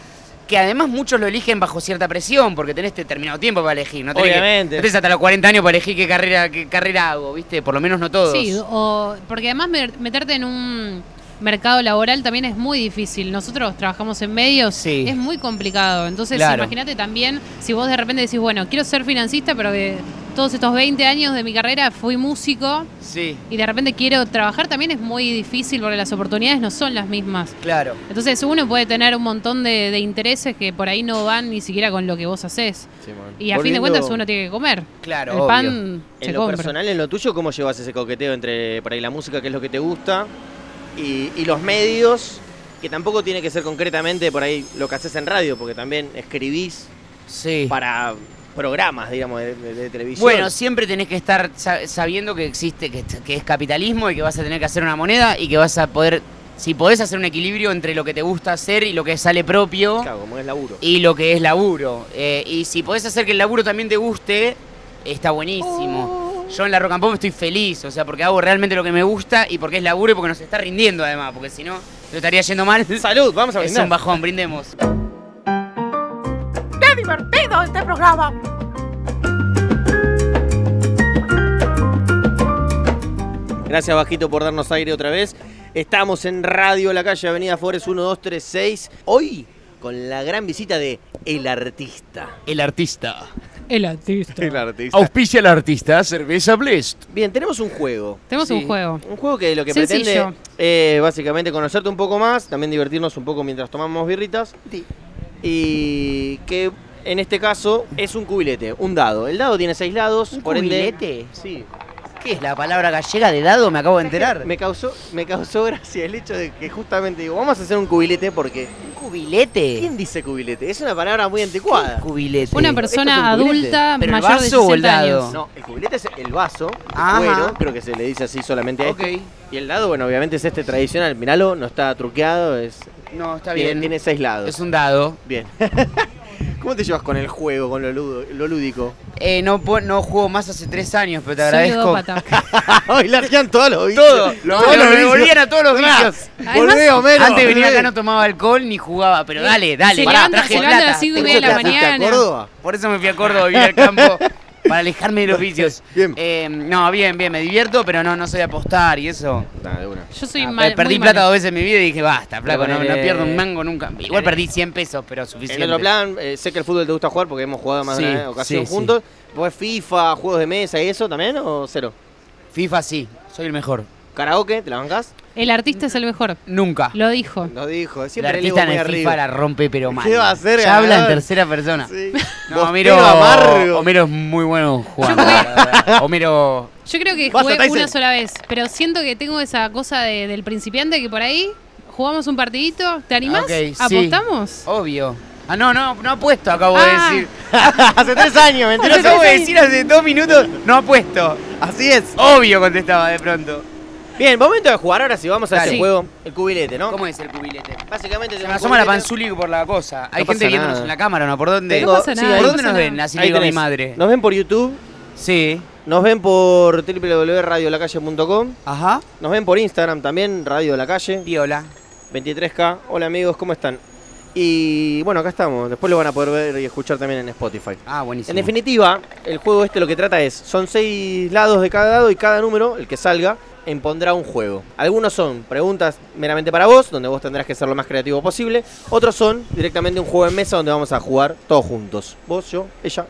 [SPEAKER 1] que además muchos lo eligen bajo cierta presión porque tenés determinado tiempo para elegir, no tenés, que-
[SPEAKER 4] Obviamente.
[SPEAKER 1] no tenés hasta los 40 años para elegir qué carrera, qué carrera hago, ¿viste? Por lo menos no todos.
[SPEAKER 5] Sí, o, porque además mer- meterte en un mercado laboral también es muy difícil. Nosotros trabajamos en medios,
[SPEAKER 1] Sí.
[SPEAKER 5] es muy complicado. Entonces,
[SPEAKER 1] Claro.
[SPEAKER 5] imagínate también si vos de repente decís, bueno, quiero ser financista, pero que todos estos 20 años de mi carrera fui músico
[SPEAKER 1] Sí,
[SPEAKER 5] y de repente quiero trabajar, también es muy difícil porque las oportunidades no son las mismas.
[SPEAKER 1] claro.
[SPEAKER 5] Entonces, uno puede tener un montón de, de intereses que por ahí no van ni siquiera con lo que vos haces.
[SPEAKER 4] Sí, man.
[SPEAKER 5] Y a fin de
[SPEAKER 4] Volviendo
[SPEAKER 5] cuentas, uno tiene que comer.
[SPEAKER 1] Claro,
[SPEAKER 5] El
[SPEAKER 1] obvio.
[SPEAKER 5] pan se
[SPEAKER 4] En lo
[SPEAKER 5] compra.
[SPEAKER 4] personal, en lo tuyo, ¿cómo llevas ese coqueteo entre por ahí la música, que es lo que te gusta, y, y los medios, que tampoco tiene que ser concretamente por ahí lo que haces en radio, porque también escribís
[SPEAKER 1] Sí.
[SPEAKER 4] para programas, digamos, de, de- de televisión.
[SPEAKER 1] Bueno, siempre tenés que estar sa- sabiendo que existe, que, que es capitalismo y que vas a tener que hacer una moneda y que vas a poder si podés hacer un equilibrio entre lo que te gusta hacer y lo que sale propio
[SPEAKER 4] Claro, como es laburo.
[SPEAKER 1] y lo que es laburo. Eh, y si podés hacer que el laburo también te guste, está
[SPEAKER 4] Oh.
[SPEAKER 1] buenísimo. Yo en la Rock and Pop estoy feliz, o sea, porque hago realmente lo que me gusta y porque es laburo y porque nos está rindiendo además, porque si no, lo estaría yendo mal.
[SPEAKER 4] Salud, vamos a
[SPEAKER 1] Es un
[SPEAKER 4] brindar.
[SPEAKER 1] bajón, brindemos.
[SPEAKER 3] ¡Qué divertido este programa!
[SPEAKER 4] Gracias, Bajito, por darnos aire otra vez. Estamos en Radio La Calle, Avenida Forest 1236. Hoy, con la gran visita de El Artista.
[SPEAKER 7] El artista.
[SPEAKER 5] El artista.
[SPEAKER 4] Artista.
[SPEAKER 7] Auspicia al artista cerveza Blest.
[SPEAKER 4] Bien, tenemos un juego.
[SPEAKER 5] Tenemos
[SPEAKER 1] Sí.
[SPEAKER 5] un juego.
[SPEAKER 4] Un juego que lo que
[SPEAKER 5] Sencillo.
[SPEAKER 4] pretende eh, básicamente conocerte un poco más, también divertirnos un poco mientras tomamos birritas. Y que en este caso es un cubilete, un dado. El dado tiene seis lados.
[SPEAKER 1] ¿Un
[SPEAKER 4] por ende-
[SPEAKER 1] cubilete?
[SPEAKER 4] sí.
[SPEAKER 1] ¿Qué es la palabra gallega de dado? Me acabo de enterar.
[SPEAKER 4] Me causó, me causó gracia el hecho de que justamente digo, vamos a hacer un cubilete porque.
[SPEAKER 1] ¿Un cubilete?
[SPEAKER 4] ¿Quién dice cubilete? Es una palabra muy anticuada.
[SPEAKER 1] cubilete?
[SPEAKER 4] es
[SPEAKER 5] Una
[SPEAKER 4] un
[SPEAKER 5] persona
[SPEAKER 4] cubilete.
[SPEAKER 5] adulta
[SPEAKER 1] ¿Pero el
[SPEAKER 5] mayor de
[SPEAKER 1] vaso o el
[SPEAKER 5] 60
[SPEAKER 1] dado?
[SPEAKER 5] años.
[SPEAKER 4] No, el cubilete es el vaso,
[SPEAKER 1] Ajá.
[SPEAKER 4] bueno, pero que se le dice así solamente a
[SPEAKER 1] Ok.
[SPEAKER 4] este. Y el dado, bueno, obviamente es este tradicional. Miralo, no está truqueado, es.
[SPEAKER 1] No, está
[SPEAKER 4] tiene-
[SPEAKER 1] bien.
[SPEAKER 4] Tiene seis lados.
[SPEAKER 1] Es un dado.
[SPEAKER 4] Bien. ¿Cómo te llevas con el juego, con lo, ludo- lo lúdico?
[SPEAKER 1] Eh, no, po- no juego más hace tres años, pero te
[SPEAKER 5] Soy
[SPEAKER 1] agradezco.
[SPEAKER 5] ludópata.
[SPEAKER 4] Hoy largan todos los vicios.
[SPEAKER 1] Todo, lo,
[SPEAKER 4] Todos los
[SPEAKER 1] me
[SPEAKER 4] vicios.
[SPEAKER 1] volvían a todos los vicios.
[SPEAKER 5] Además,
[SPEAKER 4] Volvé, Homero.
[SPEAKER 1] Antes venía
[SPEAKER 4] volvé.
[SPEAKER 1] acá, no tomaba alcohol ni jugaba, pero
[SPEAKER 5] Sí.
[SPEAKER 1] dale, dale.
[SPEAKER 5] Se
[SPEAKER 1] pará,
[SPEAKER 5] levanta-
[SPEAKER 1] traje
[SPEAKER 5] se levanta a
[SPEAKER 1] plata.
[SPEAKER 5] las cinco y
[SPEAKER 4] ¿Por
[SPEAKER 5] media
[SPEAKER 4] qué
[SPEAKER 5] de la
[SPEAKER 4] te fuiste a
[SPEAKER 5] mañana.
[SPEAKER 4] Córdoba?
[SPEAKER 1] Por eso me fui a Córdoba a vivir al campo, para alejarme de los vicios.
[SPEAKER 4] Bien.
[SPEAKER 1] Eh, no, bien, bien, me divierto, pero no, no soy de apostar y eso.
[SPEAKER 4] Nah, de una.
[SPEAKER 5] Yo soy
[SPEAKER 1] Ah,
[SPEAKER 5] mal-
[SPEAKER 1] perdí
[SPEAKER 5] muy
[SPEAKER 1] plata
[SPEAKER 5] mala.
[SPEAKER 1] dos veces en mi vida y dije, basta, flaco, no, no
[SPEAKER 4] ponele-
[SPEAKER 1] pierdo un mango nunca. Igual
[SPEAKER 4] en-
[SPEAKER 1] perdí 100 pesos, pero
[SPEAKER 4] En
[SPEAKER 1] suficiente.
[SPEAKER 4] otro plan, eh, sé que el fútbol te gusta jugar porque hemos jugado más de
[SPEAKER 1] Sí,
[SPEAKER 4] una ocasión
[SPEAKER 1] sí, sí.
[SPEAKER 4] juntos. ¿Vos FIFA, juegos de mesa y eso también o cero?
[SPEAKER 1] FIFA sí, soy el mejor.
[SPEAKER 4] ¿Karaoke? ¿Te la bancás?
[SPEAKER 5] El artista es el mejor.
[SPEAKER 1] Nunca.
[SPEAKER 5] Lo dijo.
[SPEAKER 4] Lo dijo,
[SPEAKER 1] La
[SPEAKER 4] siempre el ego
[SPEAKER 1] artista en
[SPEAKER 4] muy
[SPEAKER 1] el FIFA la
[SPEAKER 4] arriba.
[SPEAKER 1] rompe, pero mal.
[SPEAKER 4] va a hacer,
[SPEAKER 1] Ya habla en
[SPEAKER 4] ganador?
[SPEAKER 1] tercera persona.
[SPEAKER 4] Sí.
[SPEAKER 1] No,
[SPEAKER 4] Bostero
[SPEAKER 1] Homero,
[SPEAKER 4] amargo.
[SPEAKER 1] Homero es muy bueno jugando. la verdad. Homero.
[SPEAKER 5] Yo creo que
[SPEAKER 4] Basta,
[SPEAKER 5] jugué
[SPEAKER 4] Tyson.
[SPEAKER 5] una sola vez, pero siento que tengo esa cosa de- del principiante que por ahí jugamos un partidito. ¿Te animás?
[SPEAKER 1] Ok, sí.
[SPEAKER 5] ¿Apostamos?
[SPEAKER 1] Obvio. Ah, no, no, no apuesto, acabo
[SPEAKER 5] Ah.
[SPEAKER 1] de decir.
[SPEAKER 4] Hace tres años,
[SPEAKER 1] Pero
[SPEAKER 4] mentiroso.
[SPEAKER 1] acabo de decir hace dos minutos, no apuesto.
[SPEAKER 4] Así es.
[SPEAKER 1] Obvio contestaba de pronro.
[SPEAKER 4] Bien, momento de jugar ahora sí, vamos a
[SPEAKER 1] Dale.
[SPEAKER 4] este
[SPEAKER 1] Sí.
[SPEAKER 4] juego. El cubilete, ¿no?
[SPEAKER 1] ¿Cómo es el cubilete?
[SPEAKER 4] Básicamente
[SPEAKER 1] Se me
[SPEAKER 4] tenés
[SPEAKER 1] asoma la
[SPEAKER 4] cubilete.
[SPEAKER 1] panzuli por la cosa. Hay
[SPEAKER 4] No pasa
[SPEAKER 1] gente viéndonos
[SPEAKER 4] nada.
[SPEAKER 1] en la cámara, ¿no? ¿Por dónde?
[SPEAKER 4] Tengo-
[SPEAKER 5] No pasa
[SPEAKER 4] sí,
[SPEAKER 5] nada,
[SPEAKER 4] ahí-
[SPEAKER 1] ¿Por
[SPEAKER 5] no
[SPEAKER 1] dónde
[SPEAKER 5] pasa
[SPEAKER 1] nos ven?
[SPEAKER 5] nada.
[SPEAKER 1] Así le
[SPEAKER 4] Ahí
[SPEAKER 1] digo a mi
[SPEAKER 4] tenés.
[SPEAKER 1] madre.
[SPEAKER 4] Nos ven por YouTube,
[SPEAKER 1] Sí.
[SPEAKER 4] nos ven por www.radiolacalle.com,
[SPEAKER 1] Ajá.
[SPEAKER 4] nos ven por Instagram también, Radio de la Calle,
[SPEAKER 1] Viola.
[SPEAKER 4] 23K. Hola amigos, ¿cómo están? Y bueno, acá estamos. Después lo van a poder ver y escuchar también en Spotify.
[SPEAKER 1] Ah,
[SPEAKER 4] En
[SPEAKER 1] buenísimo.
[SPEAKER 4] definitiva, el juego este lo que trata es, son seis lados de cada dado y cada número, el que salga, impondrá un juego. Algunos son preguntas meramente para vos, donde vos tendrás que ser lo más creativo posible. Otros son directamente un juego en mesa donde vamos a jugar todos juntos. Vos, yo, ella.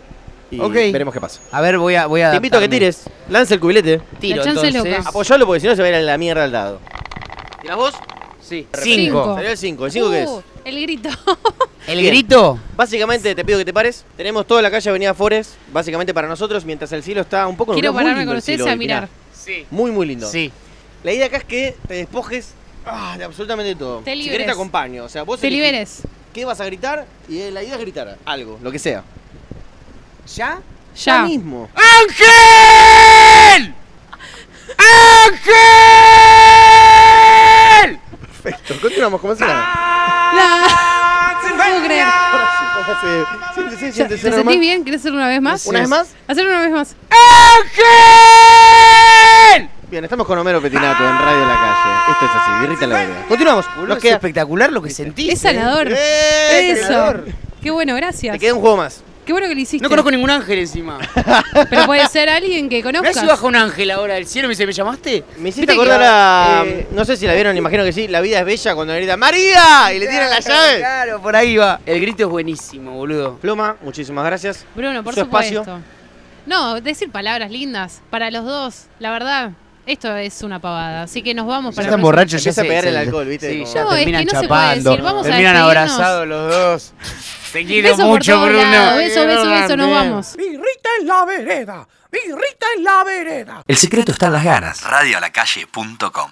[SPEAKER 4] Y
[SPEAKER 1] Ok.
[SPEAKER 4] veremos qué pasa.
[SPEAKER 1] A ver, voy a. Voy a
[SPEAKER 4] Te invito a que
[SPEAKER 1] adaptarme.
[SPEAKER 4] tires. Lance el cubilete.
[SPEAKER 1] Tiro,
[SPEAKER 5] La chance es
[SPEAKER 1] entonces.
[SPEAKER 5] loca.
[SPEAKER 4] Apoyalo porque si no se va a ir a la mierda al dado. ¿Tirás vos?
[SPEAKER 1] Sí.
[SPEAKER 5] Cinco.
[SPEAKER 1] Cinco.
[SPEAKER 4] Salió el 5. ¿El 5 qué es?
[SPEAKER 5] Uh, El grito.
[SPEAKER 1] El
[SPEAKER 4] Bien.
[SPEAKER 1] grito.
[SPEAKER 4] Básicamente te pido que te pares. Tenemos toda la calle Avenida Forest, básicamente para nosotros, mientras el cielo está un poco
[SPEAKER 5] Quiero
[SPEAKER 4] nublado. Muy
[SPEAKER 5] pararme
[SPEAKER 4] lindo
[SPEAKER 5] con
[SPEAKER 4] el
[SPEAKER 5] ustedes
[SPEAKER 4] cielo
[SPEAKER 5] a
[SPEAKER 4] hoy,
[SPEAKER 5] mirar.
[SPEAKER 4] mirá. Muy, muy lindo.
[SPEAKER 1] Sí.
[SPEAKER 4] La idea acá es que te despojes ah, de absolutamente todo.
[SPEAKER 5] Te
[SPEAKER 4] si
[SPEAKER 5] liberes.
[SPEAKER 4] querés te acompaño. O sea, vos
[SPEAKER 5] Te
[SPEAKER 4] elegís
[SPEAKER 5] liberes.
[SPEAKER 4] qué vas a gritar y eh, la idea es gritar algo, lo que sea.
[SPEAKER 1] ¿Ya?
[SPEAKER 5] Ya.
[SPEAKER 4] mismo.
[SPEAKER 1] Ah. ¡Ángel! ¡Ángel!
[SPEAKER 4] Perfecto. Continuamos, como si
[SPEAKER 1] Ah.
[SPEAKER 4] nada.
[SPEAKER 5] La- No puedo creer.
[SPEAKER 4] Ahora sí, póngase. eh, Siéntese,
[SPEAKER 5] ¿Te
[SPEAKER 4] siéntese,
[SPEAKER 5] sentís
[SPEAKER 4] normal.
[SPEAKER 5] bien? ¿Querés hacerlo una vez más?
[SPEAKER 4] ¿Una vez más?
[SPEAKER 5] Hacerlo una vez más.
[SPEAKER 1] ¡Ángel!
[SPEAKER 4] Bien, estamos con Homero Petinato en Radio La Calle. Esto es así, birrita en la vereda. Continuamos.
[SPEAKER 1] Boludo,
[SPEAKER 4] Nos
[SPEAKER 1] es
[SPEAKER 4] queda...
[SPEAKER 1] espectacular lo que sentí.
[SPEAKER 5] Es sanador.
[SPEAKER 4] ¡Eh,
[SPEAKER 5] Eso.
[SPEAKER 4] ganador!
[SPEAKER 5] Qué bueno,
[SPEAKER 4] Te
[SPEAKER 5] gracias.
[SPEAKER 4] queda un juego más.
[SPEAKER 5] Qué bueno que lo hiciste.
[SPEAKER 1] No conozco ningún ángel encima.
[SPEAKER 5] Pero puede ser alguien
[SPEAKER 1] Me
[SPEAKER 5] que conozcas.
[SPEAKER 1] si baja un ángel ahora del cielo y me dice, ¿me llamaste?
[SPEAKER 4] Me hiciste
[SPEAKER 5] Viste
[SPEAKER 4] acordar
[SPEAKER 5] que-
[SPEAKER 4] a... mm,
[SPEAKER 1] eh,
[SPEAKER 4] No sé si la vieron, imagino que sí. La vida es bella cuando le grita ¡María! Y le tiran la
[SPEAKER 1] Claro,
[SPEAKER 4] llave.
[SPEAKER 1] Claro, por ahí va. El grito es buenísimo, boludo.
[SPEAKER 4] Ploma, muchísimas gracias.
[SPEAKER 5] Bruno, por
[SPEAKER 4] Su espacio.
[SPEAKER 5] supuesto. No, decir palabras lindas para los dos. La verdad, esto es una pavada. Así que nos vamos para
[SPEAKER 1] están
[SPEAKER 5] la próxima.
[SPEAKER 1] borrachos,
[SPEAKER 4] Empieza
[SPEAKER 1] ya
[SPEAKER 4] a
[SPEAKER 1] se-
[SPEAKER 4] pegar
[SPEAKER 1] se-
[SPEAKER 4] el alcohol, ¿viste?
[SPEAKER 1] Sí,
[SPEAKER 4] Como-
[SPEAKER 1] ya
[SPEAKER 5] No, es que
[SPEAKER 1] terminan
[SPEAKER 5] no se puede
[SPEAKER 1] chapando.
[SPEAKER 5] decir, vamos a
[SPEAKER 1] terminan
[SPEAKER 5] despedirnos.
[SPEAKER 1] abrazados los dos. Te quiero
[SPEAKER 5] Beso por
[SPEAKER 1] mucho,
[SPEAKER 5] todos
[SPEAKER 1] Bruno.
[SPEAKER 5] lados. Beso, beso, beso, nos vamos.
[SPEAKER 3] ¡Birrita en la vereda! ¡Birrita en la vereda!
[SPEAKER 8] El secreto está en las ganas. Radioalacalle.com